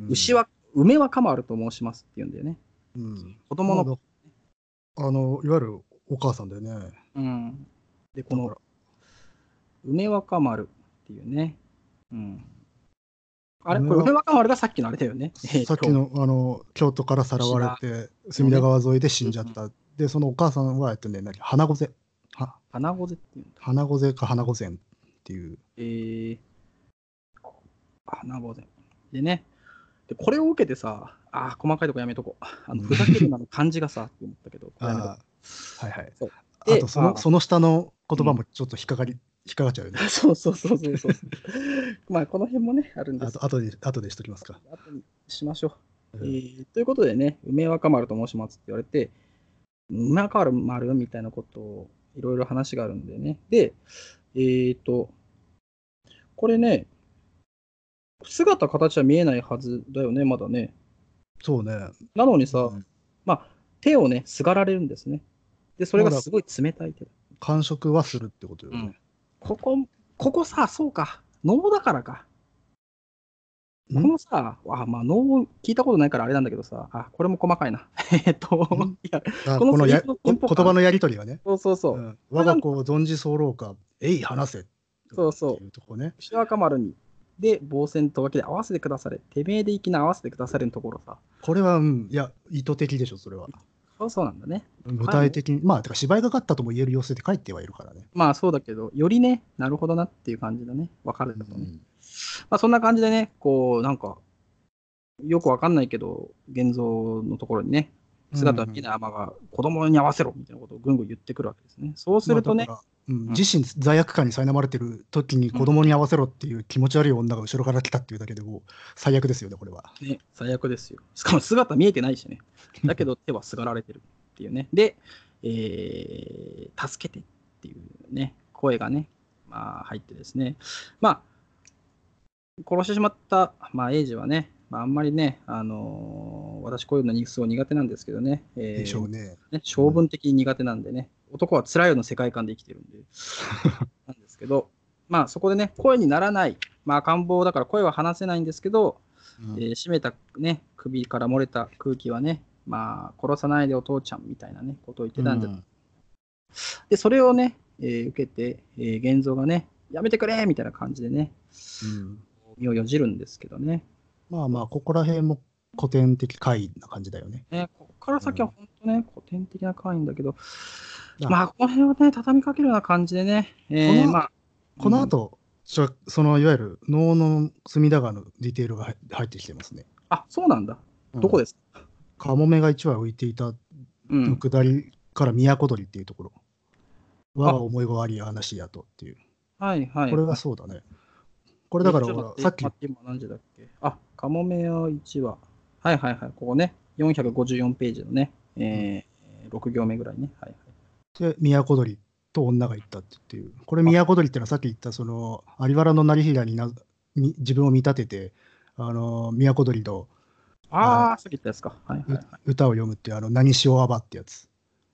うん
牛は、梅はかまると申しますっていうんだよね。
うん
子供の、
あのいわゆるお母さんだよね
うん。で、こ
だ
の
から
梅若丸っていうね。うん。あれ
梅
こ
若
れ梅若丸がさっきのあれだよね。えーと
さっき。のあの京都からさらわれて隅田川沿いで死んじゃった、でそのお母さんはえっとね何花御瀬は
花子ぜっていうんだ。
花御瀬か花御前っていう
えー、花子ぜ。でね。で、これを受けてさ、あー細かいとこやめとこう。
*laughs*
あの
うん
ふざけるなの漢字がさ、
*laughs*
って思ったけど、これやめとこ
あーはいはい
そう
あとそ
で
の
あ
その下の言葉もちょっと引っかかり引っかかっちゃうよね。
そうそうそうそう
*laughs*
そう。まあ、この辺もね、あるんで
あ
すけど
と後で、後でしときますか。
後にしましょう。
うん
えーということでね、梅若丸と申しますって言われて、梅若丸みたいなことをいろいろ話があるんでね。で、えっ、と、これね、姿形は見えないはずだよね、まだね。
そうね。
なのにさ、
うん
まあ、手をね、すがられるんですね。で、それがすごい冷たい手だ。
感触はするってことよね。
ここ、ここさ、そうか、能だからか。こ
ん
のさ、あまあ、能聞いたことないからあれなんだけどさ、あこれも細かいな。 *laughs* えっと
ん、
いや、こ
あこ
の
のや
セリフの
こ
テン
言
ポ感
葉のやりとりはね。
そうそうそうう。
ん我が子を存じ候か、えい、話せ。
そうそう
っていうとこね。
牛若丸に、で、防戦と分けで合わせてくだされ、てめえでいきな合わせてくだされのところさ。
これは、うん、いや、意図的でしょ、それは。
そうそうなんだね。
具体的に、まあ、てか芝居がかったとも言える様子で書いてはいるからね。
まあそうだけど、よりね、なるほどなっていう感じだね。分かるんだとね。
うん
まあそんな感じでね、こう、なんか、よくわかんないけど、現像のところにね、姿は見えない天が子供に合わせろみたいなことをぐんぐん言ってくるわけですね。そうするとね、
まあだからうん
ん
自身罪悪感に苛まれてる時に子供に合わせろっていう気持ち悪い女が後ろから来たっていうだけでもう最悪ですよねこれは。
ね、最悪ですよ。しかも姿見えてないしね。だけど手はすがられてるっていうね。で、えー助けてっていうね、声がね、まあ入ってですね。まあ、殺してしまった、まあ、エイジはね、まあ、あんまりね、あのー私こういうのにすごい苦手なんですけどね。えー
でしょうね。
ね、性分的に苦手なんでね、男は辛いような世界観で生きてるんで、なんですけど、まあそこでね、声にならない、まあ赤ん坊だから声は話せないんですけど、
うん
えー締めたね、首から漏れた空気はね、まあ殺さないでお父ちゃんみたいなね、ことを言ってたんじゃ、
うん
で、それをね、えー受けて、えー、現像がね、やめてくれみたいな感じでね、
うん
身をよじるんですけどね。
まあまあここら辺も古典的怪異な感じだよね。
ね、ここから先は本当ね、古典的な会員だけど、
あ
まあ、この辺はね、畳みかけるような感じでね、え
こ
ー
の
まあ、
この後、ちょそのいわゆる能の隅田川のディテールが入入ってきてますね。
あ、そうなんだ。どこ
で
ですか、
カモメが一羽浮いていた
うん
下りから都鳥っていうところ。我が思いがあり話やとっていう。
はいはい。
これがそうだね。これだから
ちょ
ほ
と
ら
待
さっき
待って今何時だっけあ、カモメは1話。はいはいはい。ここね、454ページのね、えー6行目ぐらいね。はいはい。
で都鳥と女が行ったっていう。これ都鳥ってのはさっき言ったその有原の成平になに自分を見立てて、あの都鳥と
ああ、さっき言ったやつか。はいはいは
歌を読むっていうあの何しおあばってやつ。
い。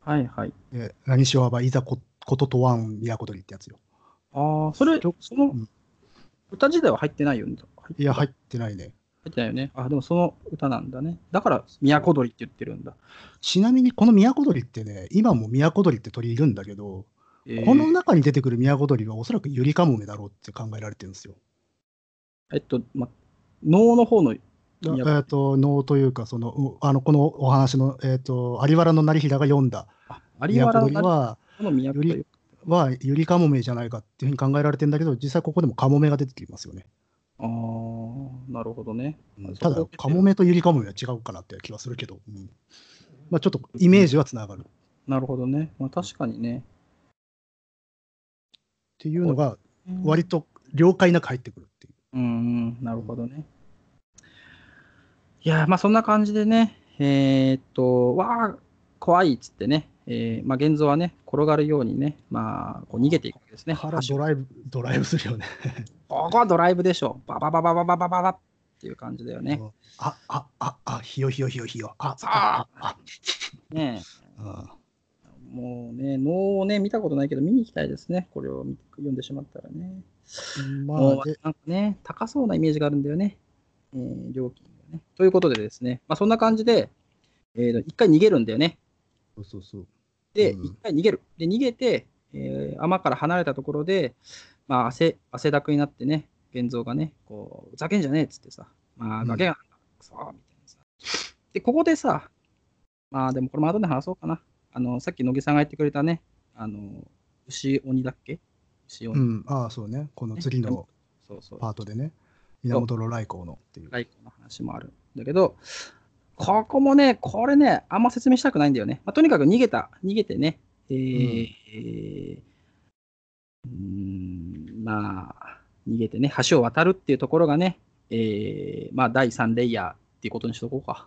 はいはい、
で何しおあばいざここととわん都鳥ってやつよ。
ああ、それ、その
うん
歌自体は入ってないよね。入っ
いや入ってないね。
入ってないよね。あ、でもその歌なんだね。だから、都鳥って言ってるんだ。
ちなみにこの都鳥ってね、今も都鳥って鳥いるんだけど、
えー
この中に出てくる都鳥はおそらくゆりかもめだろうって考えられてるんですよ。
えっと、ま、能の方の
だえ
都
っ、と能というかそのうあのこのお話のえっ、と有原の成平が読んだ
あ、有
都
原
鳥
の
は
都という
はゆりかもめじゃないかっていうふうに考えられてんだけど実際ここでもかもめが出てきますよね。
ああ、なるほどね。うん
ただかもめとゆりかもめは違うかなって気はするけど、うんまあちょっとイメージはつながるっ
なるほどね。まあ、確かにね。
ていうのが割と了解なく入ってくるっていう。
うん、うん、なるほどね。いやー、まあそんな感じでね、えーっと、わあ、怖いっつってね、えーまあ現像はね、転がるようにね、まあこう逃げていくわけですね。
腹
走
ド
る
ライブドライブするよね。
ここはドライブでしょ。バババババババババっていう感じだよね。
ああああひよひよひよひよあ
あ
あ
ね
ああ
えもうね、能をね、見たことないけど見に行きたいですね。これを見読んでしまったらね。
うんま
も
あ
う
で
なんかね、高そうなイメージがあるんだよね。えー料金がね。ということでですね、まあ、そんな感じで、えーと一回逃げるんだよね。
そうそうそう。
で、
うん
一回逃げる。で、逃げて、えー雨から離れたところで、まあ、汗、汗だくになってね、現像がね、こう、ふざけんじゃねえっつってさ、ま
う
あ、
ん
崖が、くそーみたいなさ。で、ここでさ、まあ、でもこれも後で話そうかな。あの、さっき野木さんが言ってくれたね、あの、牛鬼だっけ牛
う
鬼。
ん、ああそうねこの次の
そうそう。
パートでね源如来光のっていう
外交の話もあるんだけど、ここもね、これね、あんま説明したくないんだよね。まあ、とにかく逃げた、逃げてね、えーうーん、まあ、逃げてね、橋を渡るっていうところがね、えー、まあ、第3レイヤーっていうことにしとこうか。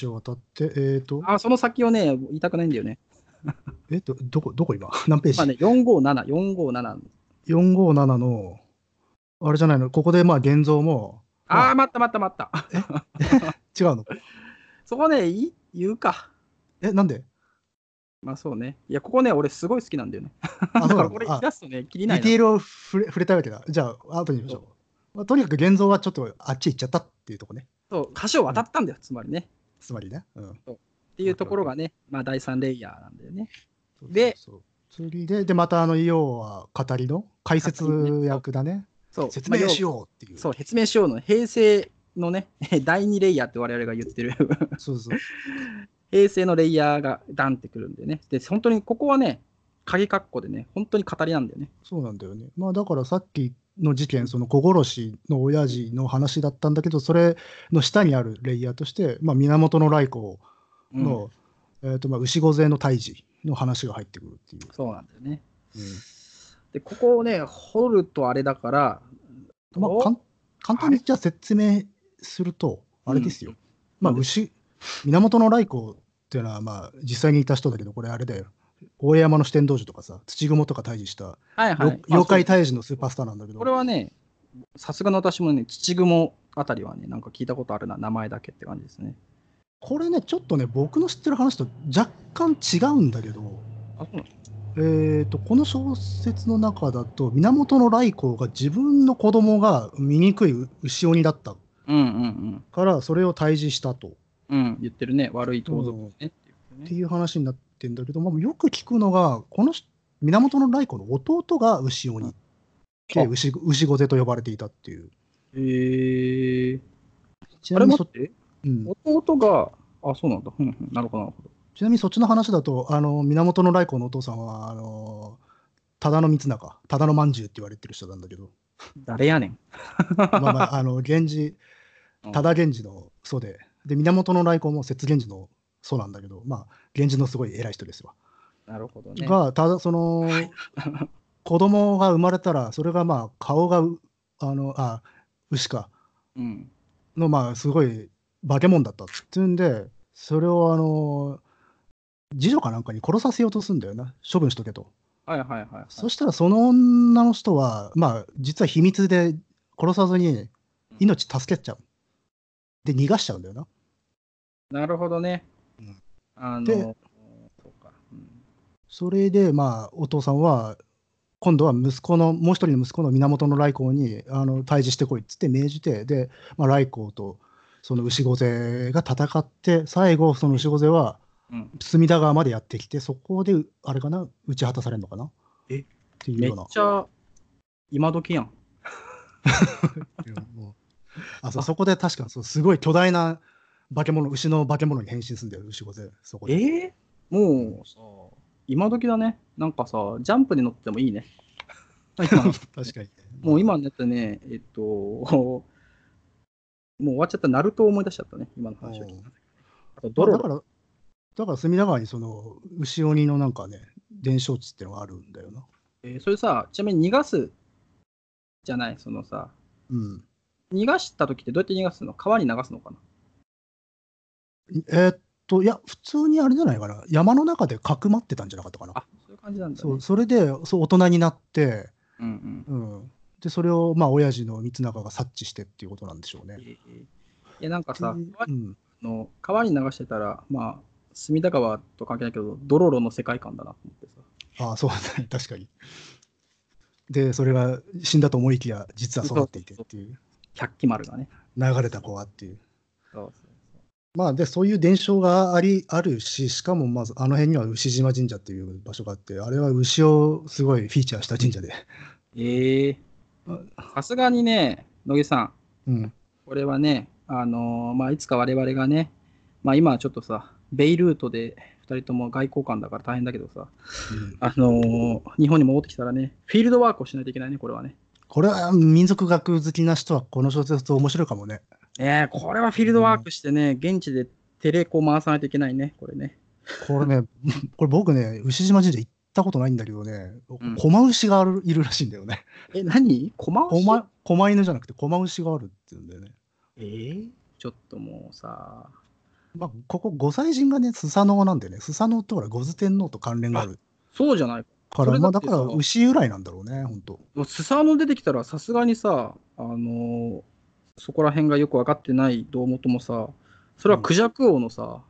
橋を渡って、えっ、と、
あ、その先をね、言いたくないんだよね。
えっ、と、どこ、どこ今 *laughs* 何ページ、
まあね、457、457。
?457 の、あれじゃないの、ここでまあ現像も
ああ、待った待った待った。 *laughs*
違うの。
そこね、い言うか。
え、なんで
まあそうね。いや、ここね、俺すごい好きなんだよね。だ
あ、そう
か
な
ら
の
*laughs* これ言
あ
い出すとね、切りな
デ
い
ィテー
な。
ルを触れ触れたいわけだ。じゃあ、後にしましょう。まあ、とにかく現像はちょっとあっち行っちゃったっていうとこね。
そう、橋を渡ったんだよ、つまりね。
つまりね。うん。
っていうところがね、まあ第3レイヤーなんだよね。で
そうそうそう、次で、で、また、あの、要は、語りの解説役だね。
そう、
説明し
よ
ようっていう。
そう、説明しようの平成のね、 *laughs* 第2レイヤーって我々が言ってる *laughs*
そうそう。
平成のレイヤーがダンってくるんだよね。で、本当にここはね、鍵括弧でね、本当に語りなんだよね。
そうなんだよね。まあだからさっきの事件、その小殺しの親父の話だったんだけど、それの下にあるレイヤーとして、まあ、源頼光
うん
の、えーとまあ、牛御前の胎児の話が入ってくるっていう。
そうなんだよね。
うん
で、ここをね、掘るとあれだから、
まあ、かん簡単にじゃあ説明すると、あれですよ。
うん
まあ牛、源頼光っていうのは、まあ、実際にいた人だけど、これあれだよ。大江山の四天王寺とかさ、土雲とか退治した、
はいはい。
よ妖怪
まあ
退治のスーパースターなんだ
そ
け
う
ど、
これはね、さすがの私もね、土雲あたりはね、なんか聞いたことあるな、名前だけって感じですね。
これね、ちょっとね、僕の知ってる話と若干違うんだけど、
あ、そうなの
えー、とこの小説の中だと、源頼光が自分の子供が醜い牛鬼だった
うんうん
から、それを退治したと
うん。うん、言ってるね、悪い盗賊ねっていうね
っていう話になってんだけど、まあ、よく聞くのが、この人源頼光の弟が牛鬼で
あ
牛、牛御瀬と呼ばれていたっていう。
へえ
ち
あれ
なみ
待
にそ
っ、て、
うん
弟が、あ、そうなんだ。うんうん、なるほど、なるほど。
ちなみにそっちの話だと、あの源頼光のお父さんは、あの忠野光中、忠野饅頭って言われてる人なんだけど。
誰やねん。
まあ *laughs* まあ、あの源氏
うん、
多田源氏の祖で、で源頼光も摂源氏の祖なんだけど、まあ、源氏のすごい偉い人ですわ。
なるほどね。
が、ただ、その、 *laughs* 子供が生まれたら、それがまあ、顔がう、あの、あ、牛か、
うん。
の、まあ、すごい化け物だったっていうんで、それを、あの、次女かなんかに殺させようとするんだよな、処分しとけと。
はいはいはい、はい。
そしたら、その女の人は、まあ、実は秘密で殺さずに、命助けちゃう。で、逃がしちゃうんだよな。
なるほどね。
うん
あの、
で
そうか。うん
それで、まあ、お父さんは、今度は息子の、もう一人の息子の源頼光にあの退治してこいっつって命じて、で、まあ、頼光とその牛御勢が戦って、最後、その牛御勢は
うん、
隅田川までやってきて、そこで、あれかな、打ち果たされるのかな
え
っていう
めっ
ような。
ちゃ、今時やん。
*laughs* うんもうあそうそこで確かそうすごい巨大な化け物、牛の化け物に変身するんだよ、牛御勢。そこ
え
で。
ー、もうさ、今時だね。なんかさ、ジャンプに乗っても
*laughs*
いいね。今
*laughs* 確かに。
もう今になってね、えっと、 *laughs* もう終わっちゃった、ナルトを思い出しちゃったね、今の話を聞いた。あと、ドロ
だか
ロ。
ら、だから隅田川にその牛鬼のなんかね、伝承地ってのがあるんだよな。
えーそれさ、ちなみに逃がすじゃない、そのさ、
うん。
逃がした時ってどうやって逃がすの川に流すのかな
えーっと、いや、普通にあれじゃないかな、山の中でかくまってたんじゃなかったかな。
あ、そういう感じなんだ、ね。
そうそれでそう大人になって、
うんうん。
うん、でそれをまあ親父の光永が察知してっていうことなんでしょう
え
ね。
ーいや、なんかさ、川
うん、
の川に流してたら、まあ、隅田川と関係ないけど、ドロロの世界観だなと思ってさ。
ああ、そうだ *laughs* ね、確かに。で、それが死んだと思いきや、実は育っていてっていう、
百鬼丸がね。
流れた子はっていう。
そうそう
まあ、で、そういう伝承があり、あるし、しかも、まず、あの辺には牛島神社っていう場所があって、あれは牛をすごいフィーチャーした神社で。 *laughs*
ええさすがにね、野木さん、
うん。
これはね、あのーまあ、いつか我々がね、まあ、今はちょっとさ、ベイルートで2人とも外交官だから大変だけどさ、
うん
あのー日本に戻ってきたらね、フィールドワークをしないといけないね、これはね。
これは民族学好きな人は、この小説面白いかもね。
ええこれはフィールドワークしてね、現地でテレコ回さないといけないね、これね。
*laughs* これね、これ僕ね、牛島神社行っったことないんだけどね、
ん
駒牛があるいるらしいんだよね。
え、何駒押し
駒駒犬じゃなくて駒牛があるって言うんだよね。
えーちょっともうさ、
まあ、ここ、御祭神がね、スサノオなんでね、スサノオとほら、五頭天皇と関連がある
そうじゃない
か
そ
ら、
れだ
まあ、
って
だから、
さ
牛由来なんだろうね、本当
もうスサノオ出てきたらさすがにさ、あのーそこら辺がよく分かってない堂本もさ、それはクジャク王のさ、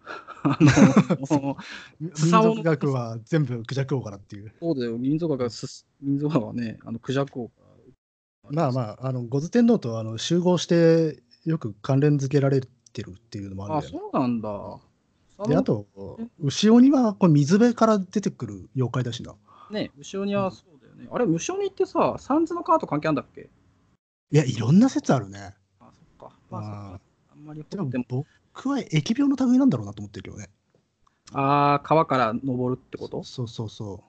*laughs* あ
*laughs*
の
民
スサノオ
族学は全部クジャク王からっていう。
そうだよ、民族がす、民族がね、あのクジャク王から。
まあまあ、あの五頭天皇とあの集合して、よく関連付けられてるっていうのもあるん
あ、
だよね。
そうなんだ。
で、あと、牛鬼はこう水辺から出てくる妖怪だしな。
ね、後ろにはそうだよね。あれ、後ろにってさ、サンズのカート関係あんだっけ
いや、いろんな説あるね。
あ、そっか。まあ、そっかあんまり
で
掘
も
っても。
僕は疫病の類なんだろうなと思ってるけどね。
ああ、川から登るってこと
そうそうそ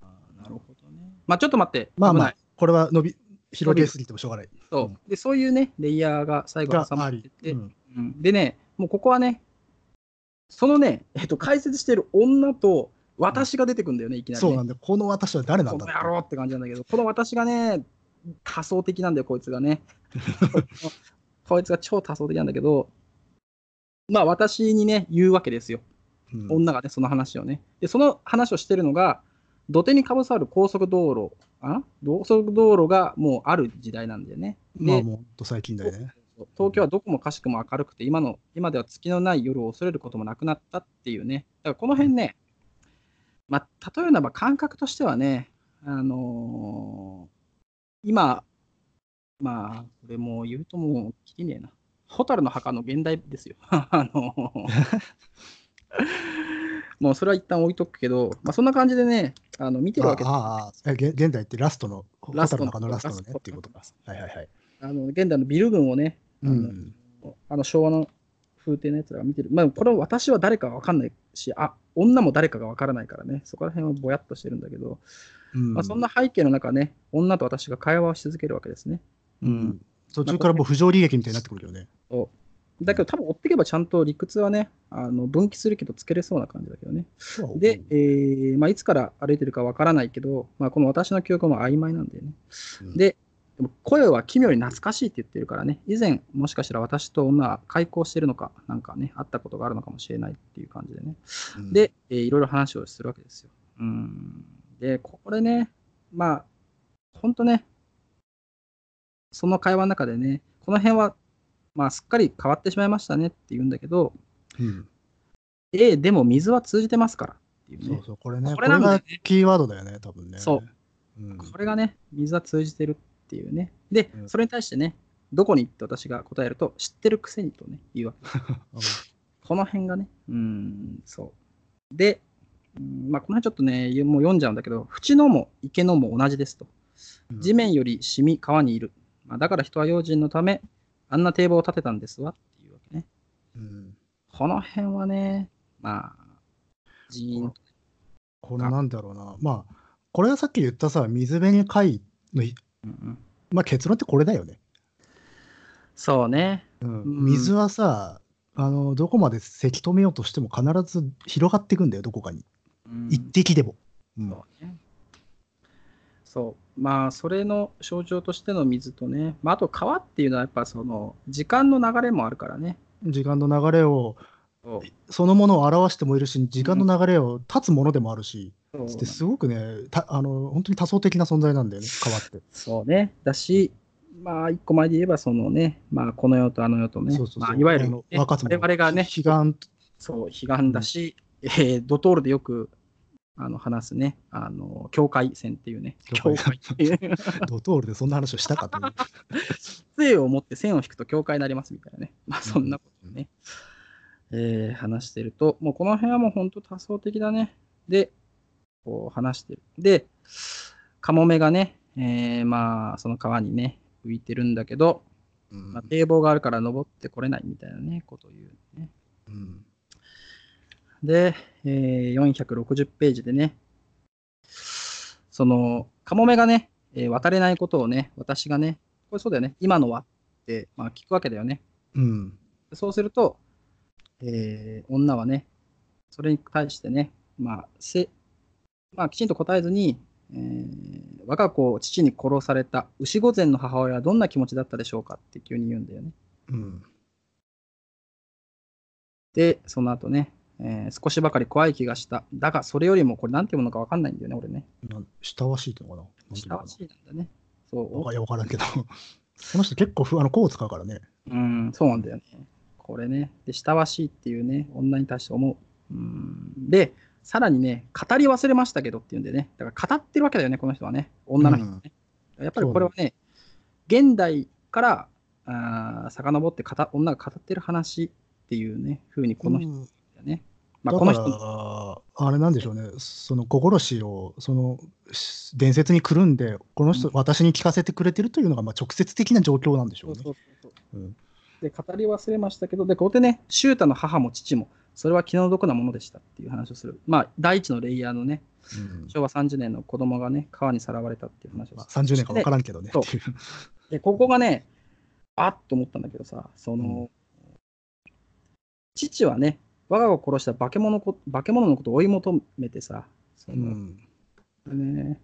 う。
なるほどね。まあ、ちょっと待って。
まあま
危ない
あ、これは伸び広げすぎてもしょうがない。
そううでそういうね、レイヤーが最後
が
挟ま
あ
って
り。
て、
うん
うんでね、もうここはね、そのね、えっと、解説してる女と私が出てくるんだよね、いきなり、ね。
そうなんで、この私は誰なんだ
この野郎って感じなんだけど、この私がね、多層的なんだよ、こいつが
*laughs*
ね。こいつが超多層的なんだけど、まあ私にね、言うわけですよ。
うん
女がね、その話をね。で、その話をしてるのが、土手にかぶさる高速道路、あ高速道路がもうある時代なんだよね。で
まあ、もうほんと最近だよね。
東京はどこもかしくも明るくて、今の今では月のない夜を恐れることもなくなったっていうね、だからこの辺ね、まあ、例えば感覚としてはね、あのー今、まあ、これもう言うともう、きりねえな、蛍の墓の現代ですよ。 *laughs* あのー
*laughs*
もうそれは一旦置いとくけど、まあ、そんな感じでね、あの見てる
あ
わけです
あああ、えげ現代ってラストの、ホ
ラス
タ
ト
ル
の
の中のラストのね
ラスト
っていうことか。はいはいはい。
あの現代のビル群をね、あ
う
の
ん。
あの昭和の風景のやつらが見てる。まあ、これは私は誰かわかんないし、あ、女も誰かがわからないからね、そこら辺はぼやっとしてるんだけど、
うん
まあ、そんな背景の中ね、女と私が会話をし続けるわけですね。
うん途中からもう不条理劇みたいになってくるけどね。
そうだけど多分追っていけばちゃんと理屈はね、あの分岐するけどつけれそうな感じだけどね。で、えーまあ、いつから歩いてるかわからないけど、まあ、この私の記憶も曖昧なんだよね。
うん
で、でも声は奇妙に懐かしいって言ってるからね、以前、もしかしたら私と女は開口してるのか、なんかね、あったことがあるのかもしれないっていう感じでね。
うん、
で、えーいろいろ話をするわけですよ。うん。で、これね、まあ、ほんとね、その会話の中でね、この辺は、まあ、すっかり変わってしまいましたねって言うんだけど、
うん
ええでも水は通じてますからっていうね。
そうそう、これね、
こ
こ
れ
れ
なんだよね
がキーワードだよね、多分ね。
そう
うん。
これがね、水は通じてるっていうね。で
う、ん
それに対してね、どこにって私が答えると、知ってるくせにとね、言うわけ。この辺がね、うん、そう。で、うんまあ、この辺ちょっとね、もう読んじゃうんだけど、縁のも池のも同じですと。
うん
地面より染み川にいる。まあ、だから人は用心のため、あんな堤防を建てたんですわっていうわけね。
うん
この辺はね、まあ、ジーンと。
このなんだろうな、まあ、これはさっき言ったさ、水辺に貝のい、
うんうん
まあ、結論ってこれだよね。
そうね。ん
水はさ、あのどこまでせき止めようとしても必ず広がっていくんだよ、どこかに。
うん
一滴でも。うん
そうね。そう。まあ、それの象徴としての水とね、まあ、あと川っていうのはやっぱその、時間の流れもあるからね。
時間の流れを、
そう
そのものを表してもいるし、時間の流れを断つものでもあるし、
そう
ですごくねたあの、本当に多層的な存在なんだよね、川って。
そうね。だし、まあ、一個前で言えば、そのね、まあ、この世とあの世とね、
そうそうそう
まあ、いわゆる、ね、
あの若妻
我々がね、
悲願
そう、悲願だし、えードトールでよくあの話すね、あの、境界線っていうね、
境界
っていう、
ドトールでそんな話をしたかという。
杖を持って線を引くと境界になりますみたいなね、 *laughs* まあ、そんなことをね、えー話してると、もうこの辺はもう本当多層的だね。で、こう話してる。で、カモメがね、えーまあ、その川にね、浮いてるんだけど、
う
*laughs*
ん
まあ、堤防があるから登ってこれないみたいなね、ことを言う、ね。
うん
で、えー460ページでね、その、カモメがね、えー渡れないことをね、私がね、これそうだよね、今のはって、まあ、聞くわけだよね。
うん
そうすると、えー女はね、それに対してね、まあ、せまあ、きちんと答えずに、えー我が子を父に殺された牛御前の母親はどんな気持ちだったでしょうかって急に言うんだよね。
うん。
で、その後ね、えー少しばかり怖い気がした。だが、それよりもこれなんて読むのかわかんないんだよね、俺ね。
なん親和しいってのかななんていうの
親
かな
しいなんだね。そう
わかいや、わからんけど。 *laughs* この人結構ふ、あの、こう使うからね。
うん、そうなんだよね。これね。で、親しいっていうね、女に対して思う。うん。で、さらにね、語り忘れましたけどっていうんでね、だから語ってるわけだよね、この人はね、女の人はね。やっぱりこれはね、現代からあー遡って語女が語ってる話っていうね、風にこの人
うん
だよね。まあ、
だ
こ
か
の
ら
人も、
あれなんでしょうね、その心しをそのし伝説にくるんで、この人、
うん
私に聞かせてくれてるというのがまあ直接的な状況なんでしょ
そうう
ね。
そうそうそう
うん
で、語り忘れましたけど、で、ここでね、シュータの母も父も、それは気の毒なものでしたっていう話をする。まあ、第一のレイヤーのね、
うん
昭和30年の子供がね、川にさらわれたっていう話を
まあ、30年か分からんけどね。
そう
っていう
で、ここがね、あっと思ったんだけどさ、その、
う
父はね、我が子を殺した化け物こ化け物のことを追い求めてさ、その
ん、
ね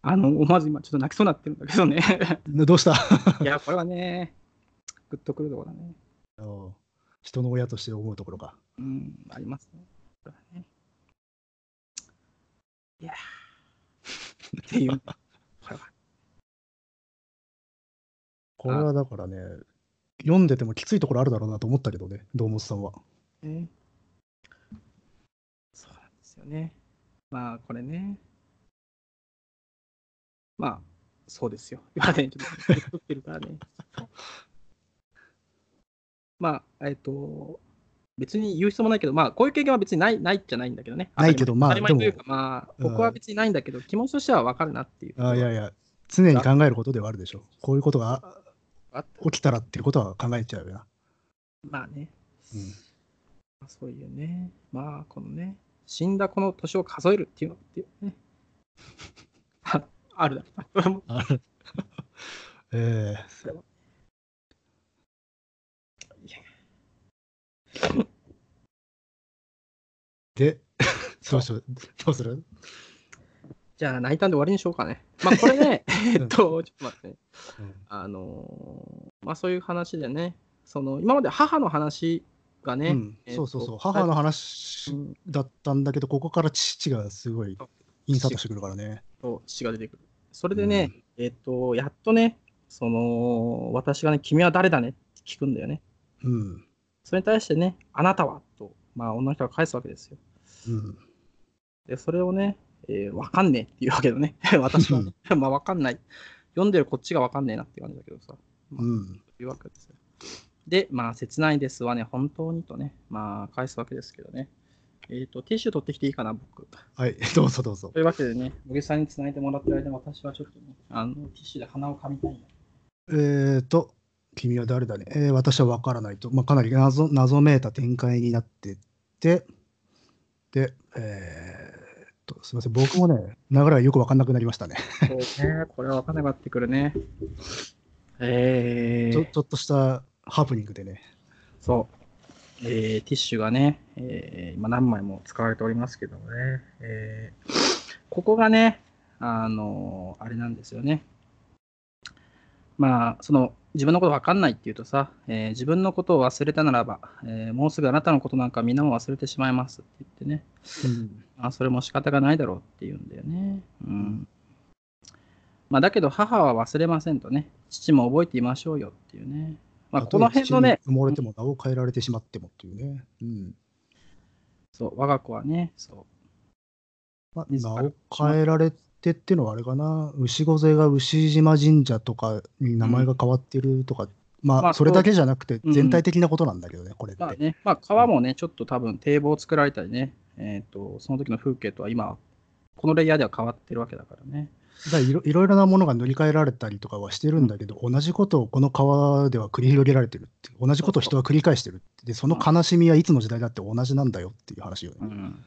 あの、思わず今ちょっと泣きそうになってるんだけ
*laughs*
どね。
でどうした
いや、これはね、グッとくるところだね。
うん人の親として思うところが。
うん、ありますね。これはねいやーっていう、
*laughs*
これは。
これはだからね、読んでてもきついところあるだろうなと思ったけどね、堂本さんは。
ね。そうなんですよね。まあ、これね。まあ、そうですよ。今ね、ちょっと、作ってるからね。まあ、えっ、と、別に言う必要もないけど、まあ、こういう経験は別にないないっちゃないんだけどね。
ないけどまあ
当たり前というか
で、
まあ、
うん
僕は別にないんだけど、気持ちとしては分かるなっていう。
あいやいや、常に考えることではあるでしょう。こういうことが
あった
起きたらっていうことは考えちゃうよな。
まあね。
うん
まあそういうね、まあこのね、死んだ子の年を数えるっていうのっていうね、あある *laughs* だろうな。
あるええ
いや *laughs*
で、どうしよう、どうする
じゃあ泣いたんで終わりにしようかね。まあこれ
*laughs*
ね、えっと、ちょっと待ってね。あのーまあそういう話でね、その今まで母の話がね、
うん
えっ
そ
と
うそうそう、母の話
うん
だったんだけど、ここから父がすごいインサートしてくるからね。
と父が出てくる。それでね、えっと、やっとね、その私がね、君は誰だねって聞くんだよね。
うん。
それに対してね、あなたはと、まあ女の人が返すわけですよ。
うん。
で、それをね、えーわかんねえっていうわけどね、 *laughs* 私はね、 *laughs* まあわかんない。読んでるこっちがわかんねえなっていう感じだけどさ、
うん。
というわけですよ。で、まあ、切ないですわね、本当にとね、まあ、返すわけですけどね。えっ、と、ティッシュ取ってきていいかな、僕。
はい、 *laughs* どうぞどうぞ
と。いうわけでね、茂木さんにつないでもらってる間、私はちょっとね、あの、ティッシュで鼻を噛みたいな。
えーと、君は誰だね、えー私は分からないと、まあ、かなり謎謎めいた展開になってって、で、えーっと、すみません、僕もね、流れがよく分かんなくなりましたね。
そうね、これはわかんなくなってくる *laughs* ね。え
ちょ
ー
ちょっとしたハプニングでね。
そう。えーティッシュがね、えー今何枚も使われておりますけどもね、えーここがね、あのーあれなんですよね。まあ、その、自分のこと分かんないっていうとさ、えー自分のことを忘れたならば、えーもうすぐあなたのことなんかみんなも忘れてしまいますって言ってね、
うん
あそれも仕方がないだろうって言うんだよね。うん。まあ、だけど母は忘れませんとね、父も覚えていましょうよっていうね。まあ、この辺のね、
埋もれても名を変えられてしまってもっていうね。うん
そう、我が子はね、そう、
まあ、
自
名
ら
を変えられてっていうのはあれかな、牛御勢が牛島神社とかに名前が変わってるとか、ま
まあ
あ、それだけじゃなくて、
うん
全体的なことなんだけどね、これって。
まあね、まあ川もね、ちょっと多分堤防作られたりね、えっ、と、その時の風景とは今、このレイヤーでは変わってるわけだからね。
だからいろいろいろなものが塗り替えられたりとかはしてるんだけど、同じことをこの川では繰り広げられてるっていう同じことを人は繰り返してるってでその悲しみはいつの時代だって同じなんだよっていう話よね。
うん。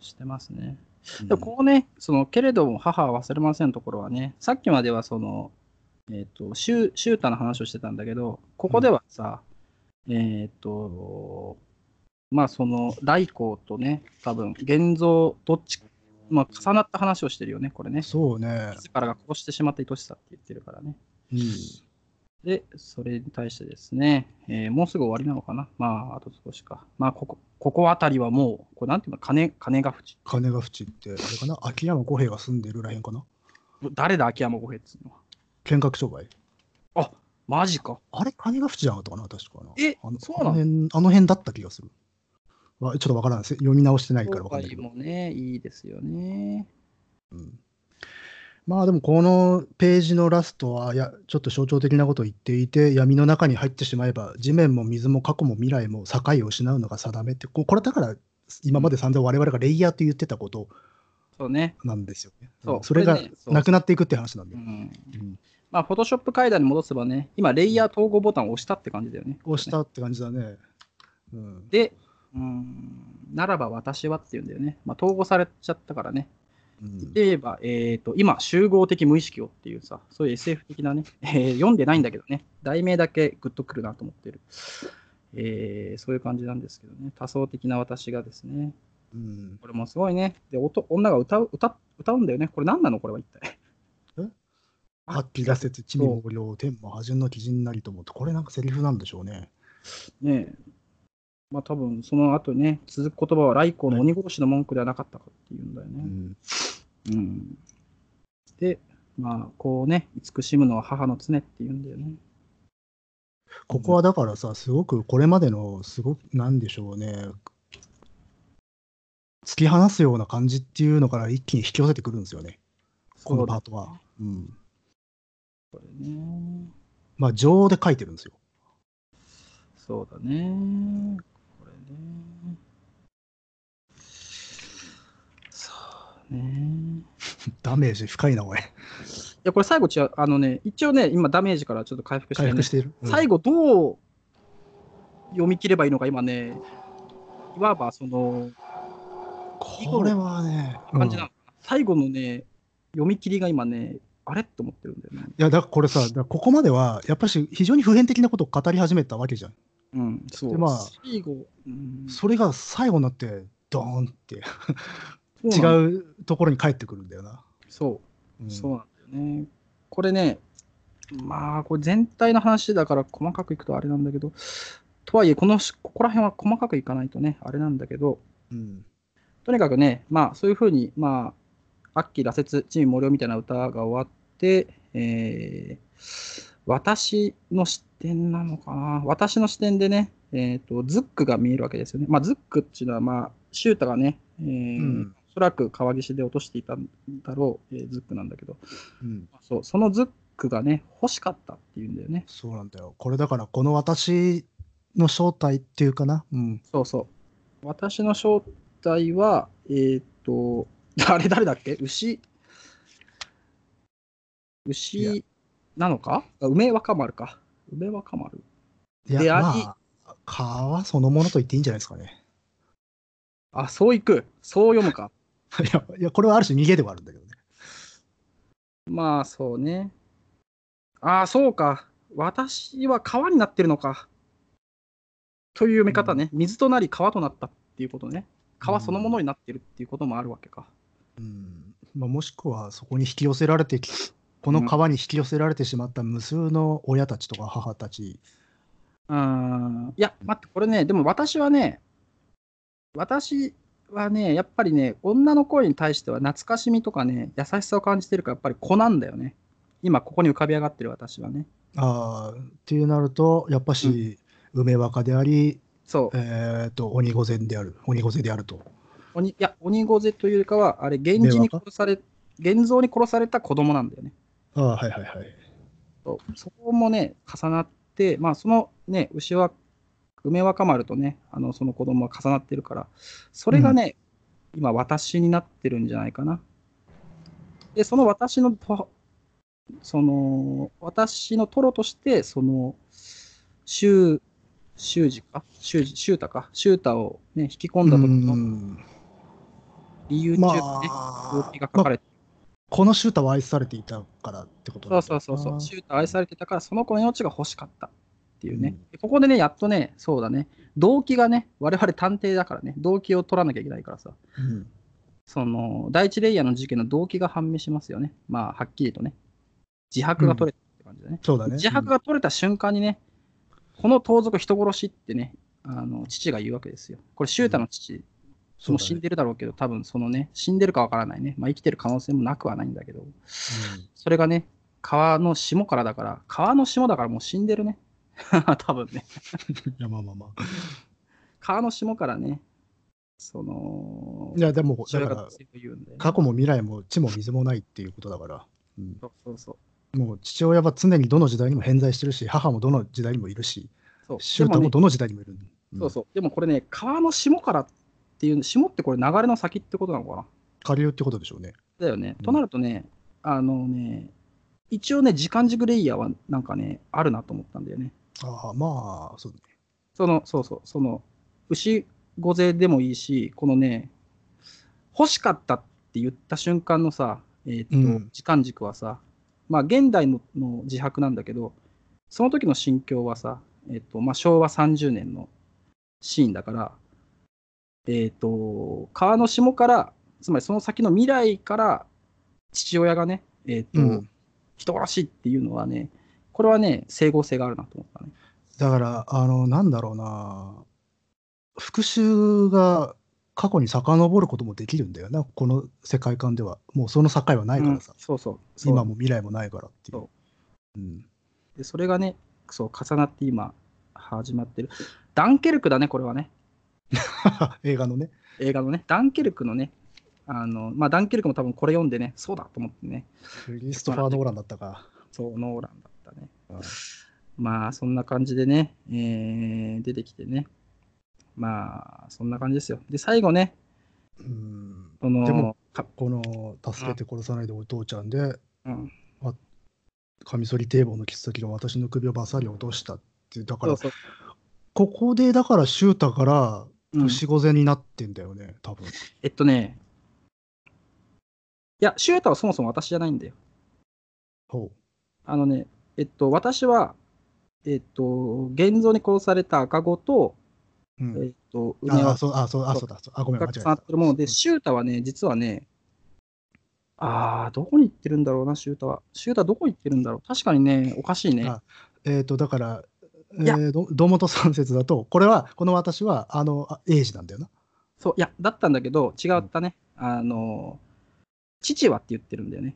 してますね。
うん
でもここね、その、けれども母は忘れませんのところはね、さっきまではその、えっ、と、シュシュータの話をしてたんだけど、ここではさ、えっ、と、まあその、大光とね、多分、現像、どっちまあ、重なった話をしてるよね、これね。
そうね。
自らが殺してしまった愛しさって言ってるからね。
うん。
で、それに対してですね、えーもうすぐ終わりなのかな。まあ、あと少しか。まあ、ここ、ここあたりはもう、これなんていうの、金、金が淵。
金ヶ淵って、あれかな秋山五平が住んでるらへんかな
誰だ、秋山五平っつうのは。
見学商売。
あ、マジか。
あれ金ヶ淵じゃなかったかな確かな。
え
あの
そうなの
あの辺あの辺だった気がする。わちょっとわからないです。読み直してないからわかんないけ
商売
ど。
もね、いいですよね。
うんまあでもこのページのラストはいやちょっと象徴的なことを言っていて闇の中に入ってしまえば地面も水も過去も未来も境を失うのが定めってここれだから今まで散々我々がレイヤーと言ってたこと
そうね。
なんですよね。
そうん
それが
これねそう
なくなっていくって話なんで
う。ん。
うん
まあ、フォトショップ階段に戻せばね、今、レイヤー統合ボタンを押したって感じだよね。
こうしたって感じだね。うん、
で、うん、ならば私はっていうんだよね。まあ、統合されちゃったからね。
うん
で言えば、えっ、と、今、集合的無意識をっていうさ、そういう SF 的なね、えー読んでないんだけどね、題名だけグッとくるなと思ってる。えーそういう感じなんですけどね、多層的な私がですね、
うん
これもすごいね。で、音女が歌う歌歌うんだよね。これ何なのこれは一体。
発揮出せつ、地味無量、天も波順の基準なりと思って、これなんかセリフなんでしょうね。
ねえ。まあ多分その後ね、続く言葉は、来光の鬼殺しの文句ではなかったかっていうんだよね。
うん、
うんで、まあ、こうね、慈しむのは母の常っていうんだよね。
ここはだからさ、すごくこれまでの、すごく、なんでしょうね、突き放すような感じっていうのから一気に引き寄せてくるんですよね、このパートは。うん、
そうだね。
まあ、情で書いてるんですよ。
そうだね。これね。そうね。
ダメージ深いな、おい。
いや、これ最後違う。あのね、一応ね、今ダメージからちょっと回復して
回
る、
復している。うん
最後どう読み切ればいいのか、今ね、いわばその
これはね、
感じな
うん
の、最後のね、読み切りが今ね、あれって思ってるんだよね。
いやだからこれさ、だからここまではやっぱし非常に普遍的なことを語り始めたわけじゃん。
うん、そう。
でまあ
最後、うん、
それが最後になって、ドーンって
違
違うところに帰ってくるんだよな。
そうう、
ん
そうなんだよね。これね、まあ、これ全体の話だから細かくいくとあれなんだけど、とはいえ、このし、ここら辺は細かくいかないとね、あれなんだけど、
うん
とにかくね、まあ、そういうふうに、まあ、アッキー羅刹、チーム森尾みたいな歌が終わって、えー私の視点なのかな、私の視点でね、えー、とズックが見えるわけですよね。まあ、ズックっていうのは、まあ、シュータがね、えー
うん
おそらく川岸で落としていたんだろう、えーズックなんだけど、
うん、
そうそのズックがね、欲しかったっていうんだよね。
そうなんだよ。これだから、この私の正体っていうかな。うん、
そうそう。私の正体は、えーっ、と、 *laughs* あれ誰だっけ牛。
い
牛なのかあ梅若丸か。梅若丸。
い
で
や、
あ
まあ、川そのものと言っていいんじゃないですかね。 *laughs*
あ、そういく。そう読むか。 *laughs*
いや、いやこれはある種逃げではあるんだけどね。
まあ、そうね。ああ、そうか。私は川になってるのか。という見方ね。水となり川となったっていうことね。川そのものになってるっていうこともあるわけか。
うんまあ、もしくは、そこに引き寄せられてき、この川に引き寄せられてしまった無数の親たちとか母たち。
うーんいや、待って、これね、でも私はね、私はね、やっぱりね、女の声に対しては懐かしみとかね、優しさを感じてるから、やっぱり子なんだよね。今、ここに浮かび上がってる私はね。
ああっていうなると、やっぱし、梅若であり、
そう。
えっと、鬼御前である、鬼御前であると。
鬼いや、鬼御瀬というよりかは、あれ、源氏に殺され、現像に殺された子供なんだよね。
ああ、はいはいはい。
そうそこもね、重なって、まあ、そのね、牛は、梅若丸とね、あのその子供は重なってるから、それがね、今、私になってるんじゃないかな。で、その私のと、その、私のトロとして、その、修、修二か修二、修太か修太をね、引き込んだ時
う
の
ん
理由中
ま
ね、動
あ
機が、書
ま
か
あ
れて
このシューターは愛されていたからってこと
そうそうそうそう、
シ
シュート愛されてたから、その子の命が欲しかったっていうね、
う
ここでね、やっとね、そうだね、動機がね、我々探偵だからね、動機を取らなきゃいけないからさ、
ュー
その、第一レイヤーの事件の動機が判明しますよね。まあ、はっきりとね。自白が取れたって感じだね。
そうだね。
自白
うん
が取れた瞬間にね、この盗賊人殺しってね、あの父が言うわけですよ。これ、シュータの父、
そう
もう
だ
死ん
ね
でるだろうけど、多分そのね、死んでるかわからないね、まあ、生きてる可能性もなくはないんだけど、
うん
それがね、川の下からだから、川の下だからもう死んでるね。 *laughs* 多分ね、
いや、まあまあまあ。
川の下からね、その、
いや、でも、
そ
だ
れ
か
が
ら、
言うんだよね
過去も未来も地も水もないっていうことだから、うん
そうそうそう。
もう父親は常にどの時代にも偏在してるし、母もどの時代にもいるし、
そう
シュー
で
タ
もね
もどの時代にもいる。ん
そうそう。でもこれね、川の下からっていう、下ってこれ流れの先ってことなのかな
下流ってことでしょうね。
だよね
う。ん
となるとね、あのね、一応ね、時間軸レイヤーはなんかね、あるなと思ったんだよね。
ああ、まあ、そうね。
その、そうそう、その、牛御勢でもいいし、このね、欲しかったって言った瞬間のさ、えーっと、
うん
時間軸はさ、まあ、現代のの自白なんだけど、その時の心境はさ、えーっと、まあ、昭和30年のシーンだから、えーっと、川の下から、つまりその先の未来から、父親がね、えーっと、
うん
人殺しっていうのはね、これはね、整合性があるなと思ったね。
だから、あの、なんだろうな、復讐が過去に遡ることもできるんだよな、この世界観では。もうその境はないからさ
うん、そうそう。そう
今も未来もないからっていう。
そう
うん、 *laughs*
でそれがね、そう、重なって今、始まってる。ダンケルクだね、これはね。
映画のね。
映画のね。ダンケルクのね、あの、まあ、ダンケルクも多分これ読んでね、そうだと思ってね、
クリストファー・ノーランだったか。
そう、ノーランだったね。
うん
まあ、そんな感じでね、えー出てきてね。まあ、そんな感じですよ。で、最後ね、
うん、
その、
でも
か
この「助けて殺さないでお父ちゃん」で
うん、
カミソリ堤防の切っ先が私の首をバサリ落としたっていうだか
そ
ら
うそう。
ここでだからシュータから
うん
牛御前になってんだよね、多分
えっとね、いや、シュータはそもそも私じゃないんだよ。
ほ
あのね、えっと、私は、えっと、現像に殺された赤子と、
う、う
え
ん、
っと、梅
あ
は
あそうあそうあそうだそうあごめん
が
間
重
違え
な
た
ってるもので、シュータはね、実はね、ああ、どこに行ってるんだろうな、シュータは。シュータどこ行ってるんだろう。確かにね、おかしいね。
あえっ、とだからえ
いや
ー、ど堂本三節だとこれはこの私はあのあ英治なんだよな
そう、いや、だったんだけど、違ったね。あの、父はって言ってるんだよね。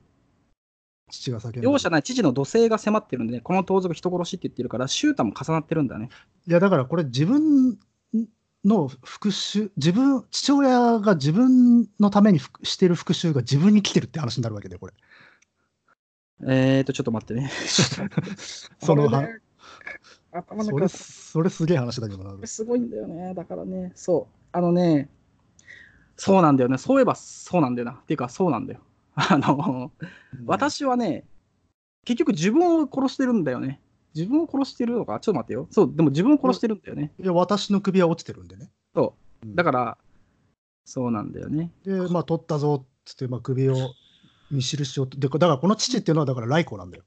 父が叫んでる
容赦ない父の土星が迫ってるんでね、この盗賊人殺しって言ってるから、シュータも重なってるんだね。
いやだからこれ自分の復讐自分父親が自分のために復してる復讐が自分に来てるって話になるわけでこれ
えーと、ちょっと待ってね。
その
こ *laughs*
は
れね頭の
そ
中
れそれすげえ話だけどな
これすごいんだよね。だからね、そう。あのね、そうなんだよね。そういえばそうなんだよな。っていうか、そうなんだよ。 *laughs* あの、私はね、結局自分を殺してるんだよね。自分を殺してるのかちょっと待ってよ。そう、でも自分を殺してるんだよね。
いや私の首は落ちてるんでね
そう。だ
か
から、そうなんだよね。
らでまあ取ったぞっつって、まあ、首を見印をでだからこの父っていうのはだからライコなんだよ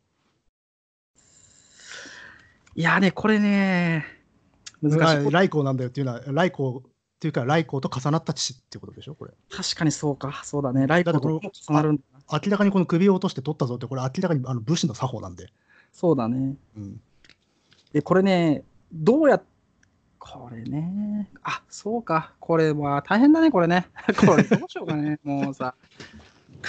いやね、これね、難しい。
ライコなんだよっていうのはライコっていうかライコと重なった父っていうことでしょこれ
確かにそうか。そうだね。ライブと
だっ
重
てこ
なるんだな。
明らかにこの首を落として取ったぞってこれ明らかにあの武士の作法なんで、
そうだね。
うん、
で、これね、どうやっ、これね、あそうか、これは大変だね、これね。 *laughs* これどうしようか *laughs* ね、もうさ。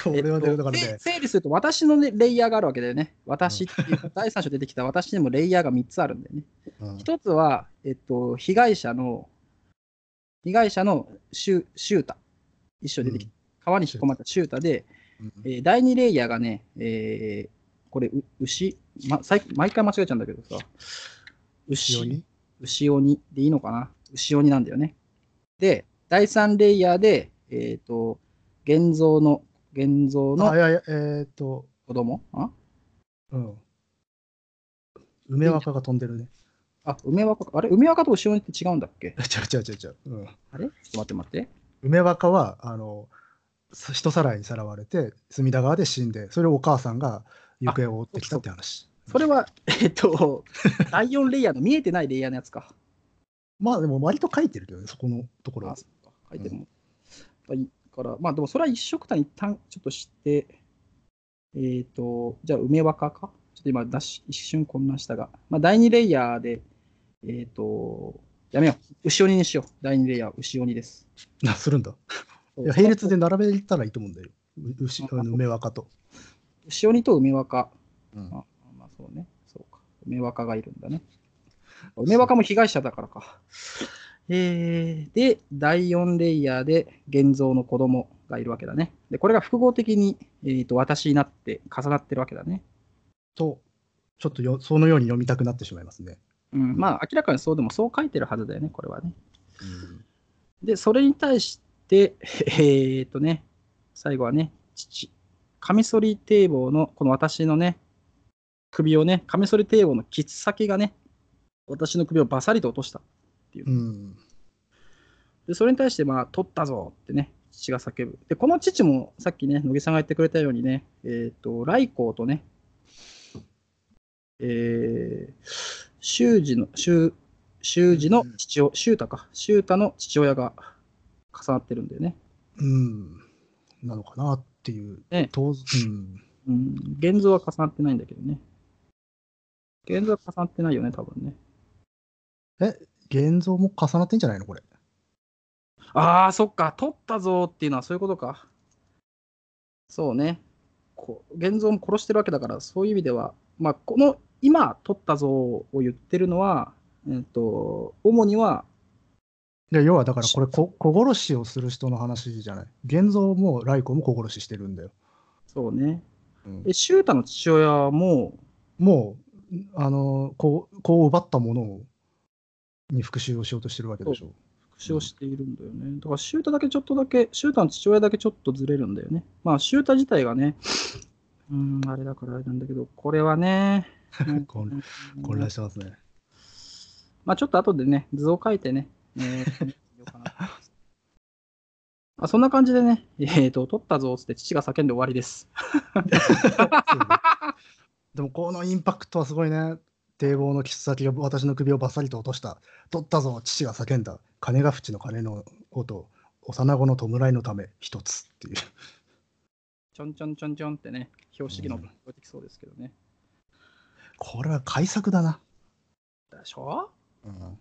これは
*laughs*
ね
えっと
だからね
せ整理すると、私のねレイヤーがあるわけだよね。私っていう、 *laughs* 第3章出てきた私にもレイヤーが3つあるんだよね。
うん
1つは、えっと、被害者の、被害者のシュシュータ。一緒に出てきた。川に引っ込まれたシュータで、
うん
えー第2レイヤーがね、えーこれ、う牛、ま、最毎回間違えちゃうんだけどさ、
非常
牛
に。
牛鬼でいいのかな牛鬼なんだよね。で、第3レイヤーで、えっ、と、現像の、現像
あい
の
やいや、えーっと、
子供あ
うん。梅若が飛んでるね。
あ、梅若か、あれ梅若と牛鬼って違うんだっけ
*laughs* 違う違う違う違う。うん、
あれちょっと待って待って。
梅若は、あの、す人さらいにさらわれて、隅田川で死んで、それをお母さんが行方を追ってきたって話。
それは、えっ、と、第4レイヤーの見えてないレイヤーのやつか。
まあでも割と書いてるけどね、そこのところ
あ、
は。
そっか。書いてるもん。やっぱりから、まあでもそれは一色単一旦ちょっとして、えっ、と、じゃあ梅若かちょっと今出し、一瞬混乱したが、まあ第2レイヤーで、えっ、と、やめよう。牛鬼にしよう。第2レイヤー、牛鬼です。
な *laughs* するんだ。いや並列で並べたらいいと思うんだよ。う牛あの梅若と。
牛鬼と梅若。
うん
あまあそうね。そうか。梅若がいるんだね。梅若も被害者だからか。えー、で、第4レイヤーで現像の子供がいるわけだね。で、これが複合的に、えー、と私になって重なってるわけだね。
と、ちょっとよそのように読みたくなってしまいますね。
うん、まあ明らかにそうでもそう書いてるはずだよね、これはね。で、それに対して、 *laughs* えー、とね、最後はね、父、カミソリ堤防の、この私のね、首をね、カミソリ堤防の切っ先がね、私の首をバサリと落とした。
うん。うん
で、それに対して、まあ、取ったぞってね、父が叫ぶ。で、この父も、さっきね、野木さんが言ってくれたようにね、えっ、と、来光とね、えー、修二の、修、修二の父親、修太か、修太の父親が重なってるんだよね。
うん。なのかなっていう。
ね
当うん。
うん、現像は重なってないんだけどね。現像は重なってないよね、多分ね。
現像も重なってんじゃないのこれ。
ああ、そっか、取ったぞーっていうのはそういうことか。そうね。こ現像も殺してるわけだから、そういう意味では、まあ、この今、取ったぞーを言ってるのは、えっと、主には、
で要はだからこれこ小殺しをする人の話じゃない。現像も来光も小殺ししてるんだよ。
そうね。
うん
え、シュータの父親も、
もう、あの、こう、こう奪ったものを、に復讐をしようとしてるわけでしょ。
復讐をしているんだよね。だから、シュータだけちょっとだけ、シュータの父親だけちょっとずれるんだよね。まあ、シュータ自体がね、うーん、あれだからあれなんだけど、これはね、うん
混混乱してますね。
まあ、ちょっと後でね、図を書いてね、えー見ようかなと思います *laughs* あそんな感じでね、えー、と、取ったぞっつって父が叫んで終わりです。
そうね *laughs* でもこのインパクトはすごいね。堤防の切っ先が私の首をバサリと落とした。取ったぞ、父が叫んだ。金が淵の金のこと、幼子の弔いのため、一つっていう。
ちょんちょんちょんちょんってね、標識の音が聞こえてきそうですけどね。
これは改作だな。
でしょ
うん、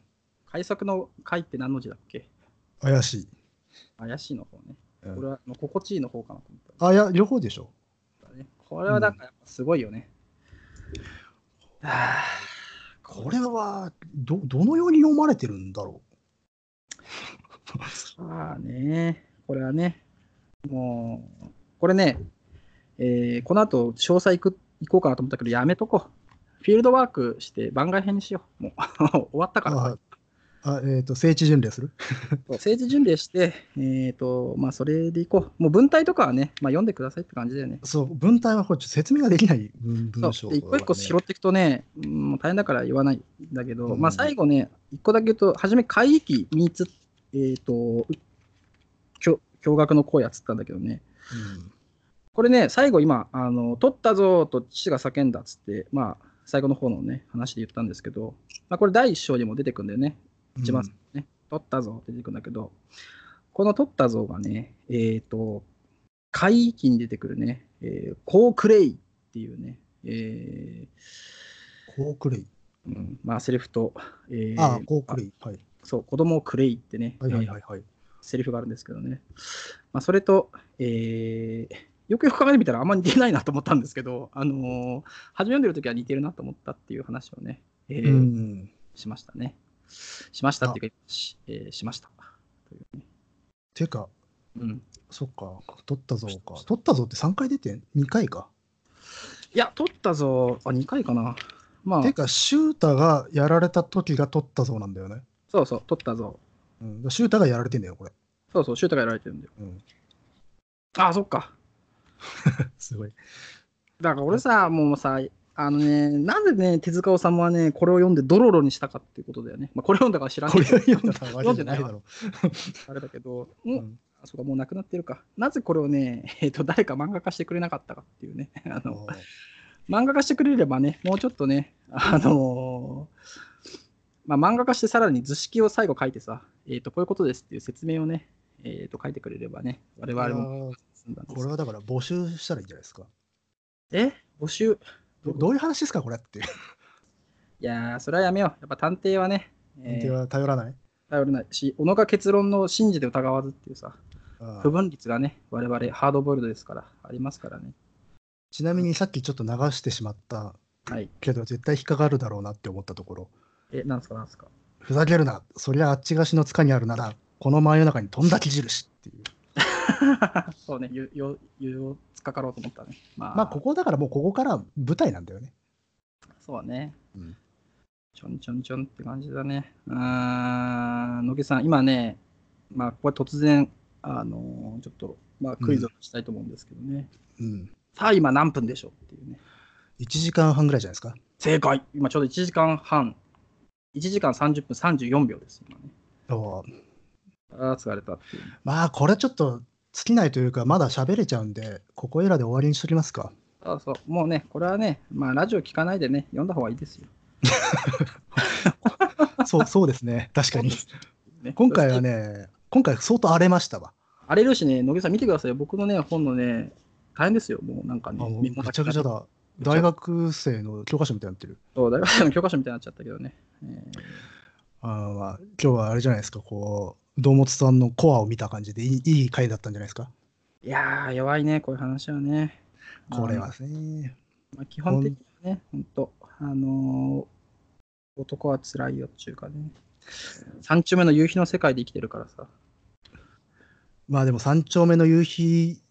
改作の回って何の字だっけ
怪しい。
怪しいの方ね。
うん
これはあの心地いいの方かなと思ったんで
あ、いや、両方でしょ。
すけどね。これはなんかやっぱすごいよね。はあ
これは、ど、どのように読まれてるんだろ
*laughs* まあね、これはね、もう、これね、えーこの後詳細いく行こうかなと思ったけど、やめとこう。フィールドワークして番外編にしよう。も *laughs* う終わった
う。
から。
あ、あえっ、と、聖地巡礼する
政治巡礼して、えっ、と、まあ、それで行こう。もう文体とかはね、まあ、読んでくださいって感じだよね。
そう、文体はこれちょっと説明ができない文
そう
文章、
で一個一個拾っていくとね、うんもう大変だから言わないんだけど、
うん
まあ最後ね、一個だけ言うと、初め、会議機3つ、えっ、と、きょ驚愕の声やつったんだけどね、
うん
これね、最後今、あの取ったぞーと父が叫んだっつって、まあ、最後の方のね、話で言ったんですけど、まあ、これ第一章にも出てくんだよね。一番最後ね、取ったぞーって出てくんだけど、この取ったぞーがね、えっ、と、海域に出てくるね、えーコークレイっていうね、え
コークレイ。
ーうん、まあ、セリフと、えー
ああ、コークレイ。はい。
そう、子供をクレイってね、
はいはいはいはい。
セリフがあるんですけどね。まあ、それと、えーよくよく考えてみたらあんま似てないなと思ったんですけど、あのー初め読んでる時は似てるなと思ったっていう話をね、えー
うん。
しましたね。しましたっていうか、し,、えーしました。
てか、
うん、
そっか、取ったぞか。取ったぞって3回出てん ?2 回か。
いや、取ったぞ。あ、2回かな。まあ
て、か、シュータがやられた時が取ったぞなんだよね。
そうそう、取ったぞ。
うん、だからシュータがやられてんだよ、これ。
そうそう、シュートがやられてるんだよ。
うん、
あ、そっか。
*laughs* すごい。
だから俺さ、もうさ、あのね、なぜね、手塚治虫はね、これを読んでドロロにしたかっていうことだよね。まあ、これ読んだから知らん
こ
け
れ
ど、
は読んだわけじゃないだろ
あれだけど、
う。
ん
うん
あそうか、もうなくなってるか。なぜこれをね、えっと誰か漫画化してくれなかったかっていうね。あの漫画化してくれればね、もうちょっとね、あのーまあ、漫画化してさらに図式を最後書いてさ、えっとこういうことですっていう説明をね、えーと、書いてくれればね、我
いや
々も
ー
済んだんで
こ
す
れはだから募集したらいいんじゃないですか。
え募集
どどういう話ですか、これって。
いやー、それはやめよう。やっぱ探偵はね、えー
では頼らない。
頼れないし、己が結論の信じて疑わずっていうさ、
あ
不
ー
分率がね、我々ハードボイルドですから、ありますからね。
ちなみにさっきちょっと流してしまった
はい。
けど、絶対引っかかるだろうなって思ったところ、
え、なんすか、なんすか。
*laughs* ふざけるな、そりゃあっちがしのつかにあるなら、この真夜中に飛んだき印っていう。
そうね、ゆよゆをつかかろうと思ったね。まあ、
まあ、ここだからもうここから舞台なんだよね。
そうね。
うん
ちょんちょんちょんって感じだね。うーん、野毛さん、今ね、まあ、ここは突然、あのーちょっと、まあ、クイズをしたいと思うんですけどね。
うん。
さあ、今何分でしょうっていうね。
1時間半ぐらいじゃないですか。
正解今ちょうど1時間半。1時間30分34秒です、今ね。
そう
ああ、疲れたっていう。
まあ、これちょっと尽きないというか、まだ喋れちゃうんで、ここいらで終わりにしときますか。
そうそう、もうね、これはね、まあ、ラジオ聞かないでね、読んだ方がいいですよ。
そう、そうですね。確かに。
*laughs* ね
今回は。ね、今回相当荒れましたわ。
荒れるしね、野毛さん見てくださいよ。僕のね、本のね、大変ですよ。もうなんかね、
あもう
メモ
ぐ
書
ちゃぐちゃだ。大学生の教科書みたいになってる。
そう、大学生の教科書みたいになっちゃったけどね。えー
あーまあ、今日はあれじゃないですか、こう、堂本さんのコアを見た感じでいいいい回だったんじゃないですか。
いやー、弱いね、こういう話はね。
これは
あ
ですね。
ー。まあ、基本的にはね、本当あのー男は辛いよっていうかね。三丁目の夕日の世界で生きてるからさ。
まあでも、三丁目の夕日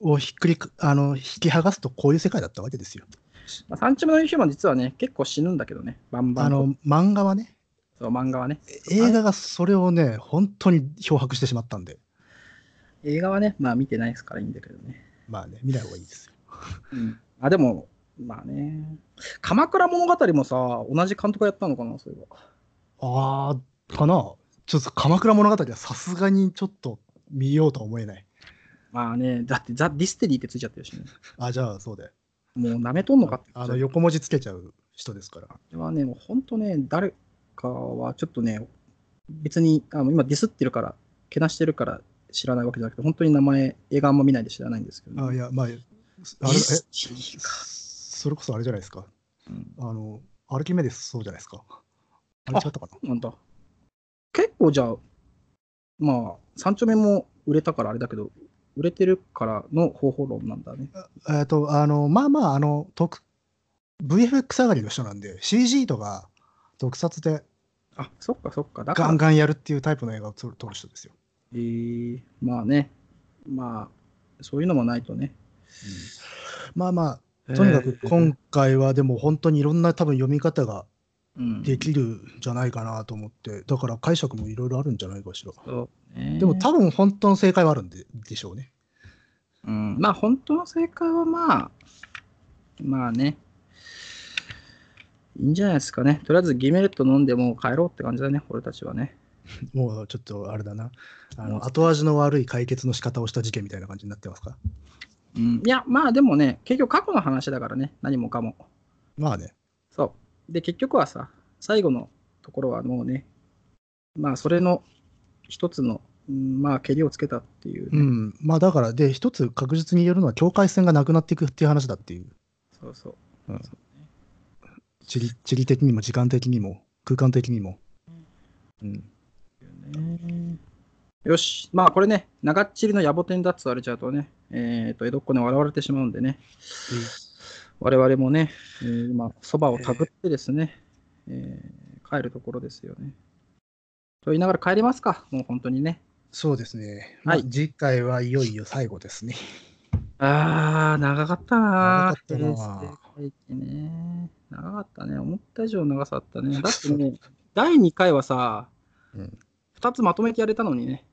をひっくりか、あの、引き剥がすとこういう世界だったわけですよ。
まあ、三丁目の夕日も実はね、結構死ぬんだけどね、バンバ
あ
ンと。
の、漫画はね、
そう漫画はね。
映画がそれをね、本当に漂白してしまったんで、
映画はね、まあ見てないですからいいんだけどね。
まあね、見ない方がいいですよ。
うん、あでも、まあね。鎌倉物語もさ、同じ監督がやったのかな、そういえば。
ああ、かな。ちょっと鎌倉物語はさすがにちょっと見ようとは思えない。
まあね、だってザ・ディステリーってついちゃってるしね。
あ、じゃあそうで。
もう舐めとんのかって。
あの、横文字つけちゃう人ですから。
これはね、もう本当ね、誰かはちょっとね、別にあの今ディスってるから、けなしてるから知らないわけじゃなくて、本当に名前、映画あんま見ないんで知らないんですけど、
あい
や、
や、まあ、あれ、
ディ
え、
ステリーか。
それこそあれじゃないですか。
うん
あの、アルキメデスそうじゃないですか。あれ
あ
違ったかな
なんだ。結構じゃあ、まあ、三丁目も売れたからあれだけど、売れてるからの方法論なんだね。
えっ、と、あの、まあまあ、あの、特、VFX 上がりの人なんで、CG とか特撮で
あ、そっかそっか。だから、
ガンガンやるっていうタイプの映画を撮る撮る人ですよ。
えーまあね、まあ、そういうのもないとね。
まあまあ、とにかく今回はでも本当にいろんな多分読み方が
うん
できるんじゃないかなと思って、だから解釈もいろいろあるんじゃないかしら。
そうね
でも多分本当の正解はあるんででしょうね。
うん、まあ本当の正解はまあ、まあね、いいんじゃないですかね。とりあえずギメレット飲んでもう帰ろうって感じだね、俺たちはね。
もうちょっとあれだな。あ
うん
の後味の悪い解決の仕方をした事件みたいな感じになってますか。
うん、いや、まあでもね、結局過去の話だからね、何もかも。
まあね。
そう。で、結局はさ、最後のところはもうね、まあそれの一つの、うんまあ、蹴りをつけたっていう
う
ね、
ん。まあだから、で、一つ確実に言えるのは境界線がなくなっていくっていう話だっていう。
そうそう。
地理地理的にも時間的にも空間的にも。うん。
ねよし、まあこれね、長っちりの野暮天だっつわれちゃうとね、えっ、と、江戸っ子に笑われてしまうんでね、我々もね、えー今、そばをたぐってですね、えー帰るところですよね。と言いながら帰りますか、もう本当にね。
そうですね。
はい
まあ次回はいよいよ最後ですね。
あー、長かったなー
長
平
かったな
成回帰ね。長かったね。思った以上長さあったね。だってね、 *laughs* 第2回はさ、
うん
2つまとめてやれたのにね。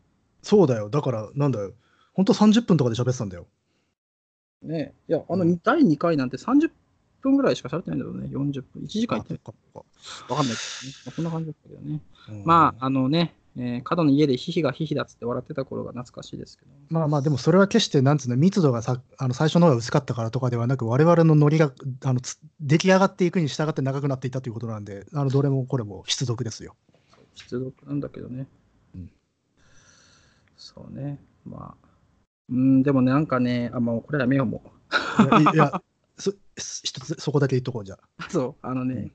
そうだよ。だから、なんだよ。本当30分とかで喋ってたんだよ。
ねいや、あの、
うん
第2回なんて30分ぐらいしか喋ってないんだろうね、40分、1時間いってない
あそっかそっ
わかんないけどね、まあ、そんな感じだったけどね。
かうん
まあ、あのね、えー角の家でヒヒがヒヒだっつって笑ってた頃が懐かしいですけど、
まあまあでもそれは決してなんつうの密度がさあの最初の方が薄かったからとかではなく我々のノリがあのつ出来上がっていくに従って長くなっていったということなんであのどれもこれも必読ですよ。
出力なんだけどね。
うん
そうね。まあ。うん、でもね、なんかね、あ、まあ、これは名誉も。
いやい *laughs* や、そ一つ、そこだけ言っとこうじゃ。
そう、あの
うん
ね、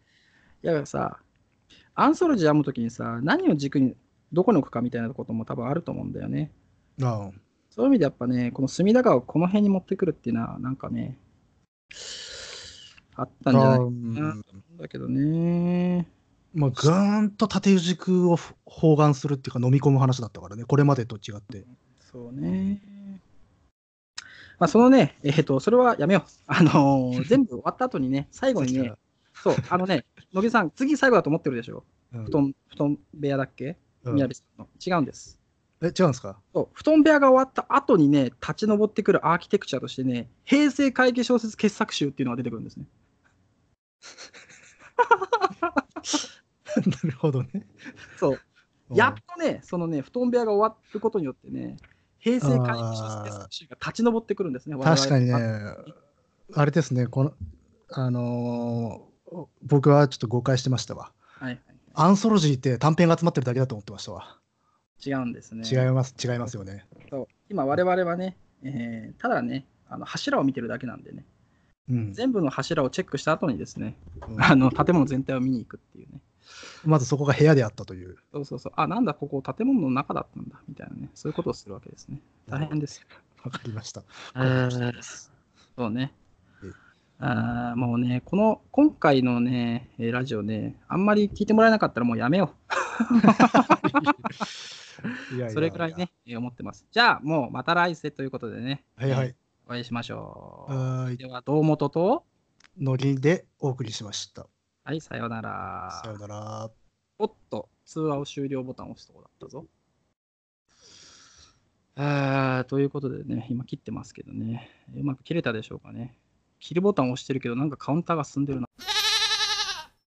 いやさ、アンソロジー読むときにさ、何を軸にどこに置くかみたいなことも多分あると思うんだよね。
あ
そういう意味でやっぱね、この隅田川をこの辺に持ってくるっていうのは、なんかね、あったんじゃない
あ
か
うん
なだけどね。
まあ、ぐーんと縦軸を包含するっていうか飲み込む話だったからね、これまでと違って。
そうね。まあ、そのね、えっ、と、それはやめよう。あの
*laughs*
ー全部終わった後にね、最後にね、そう、あのね、野木さん、次最後だと思ってるでしょ。
うん
布団、布団部屋だっけ
うん
宮部さんの。違うんです。
え、違うんですか *laughs*
そう布団部屋が終わった後にね、立ち上ってくるアーキテクチャとしてね、平成会議小説傑作集っていうのが出てくるんですね。
なるほどね。
そう。やっとね、そのね、布団部屋が終わることによってね、平成会議小説傑作集が立ち上ってくるんですね、
確かにね
我々の、
あれですね、この、あのー僕はちょっと誤解してましたわ。
はいはい
アンソロジーって短編が集まってるだけだと思ってましたわ。
違うんですね。
違います、違いますよね。
そう今、我々はね、えーただね、あの柱を見てるだけなんでね、
うん。
全部の柱をチェックした後にですね、
うん
あの建物全体を見に行くっていうね、
まずそこが部屋であったという。
そうそうそう、あ、なんだ、ここ建物の中だったんだ、みたいなね、そういうことをするわけですね。大変ですよ。
わかりました。
そうね
うん。
あーもうね、この今回のね、えーラジオね、あんまり聞いてもらえなかったらもうやめよ。
いやいうや
それくらいね。、えー思ってます。じゃあ、もうまた来世ということでね、
はいはい。
お会いしましょう。
はーい。
では、堂本と、
ノリでお送りしました。
はい、さようなら。
さよなら。
おっと、通話を終了ボタンを押すとこだったぞ。あーということでね、今切ってますけどね、うまく切れたでしょうかね。切るボタンを押してるけど、なんかカウンターが進んでるな。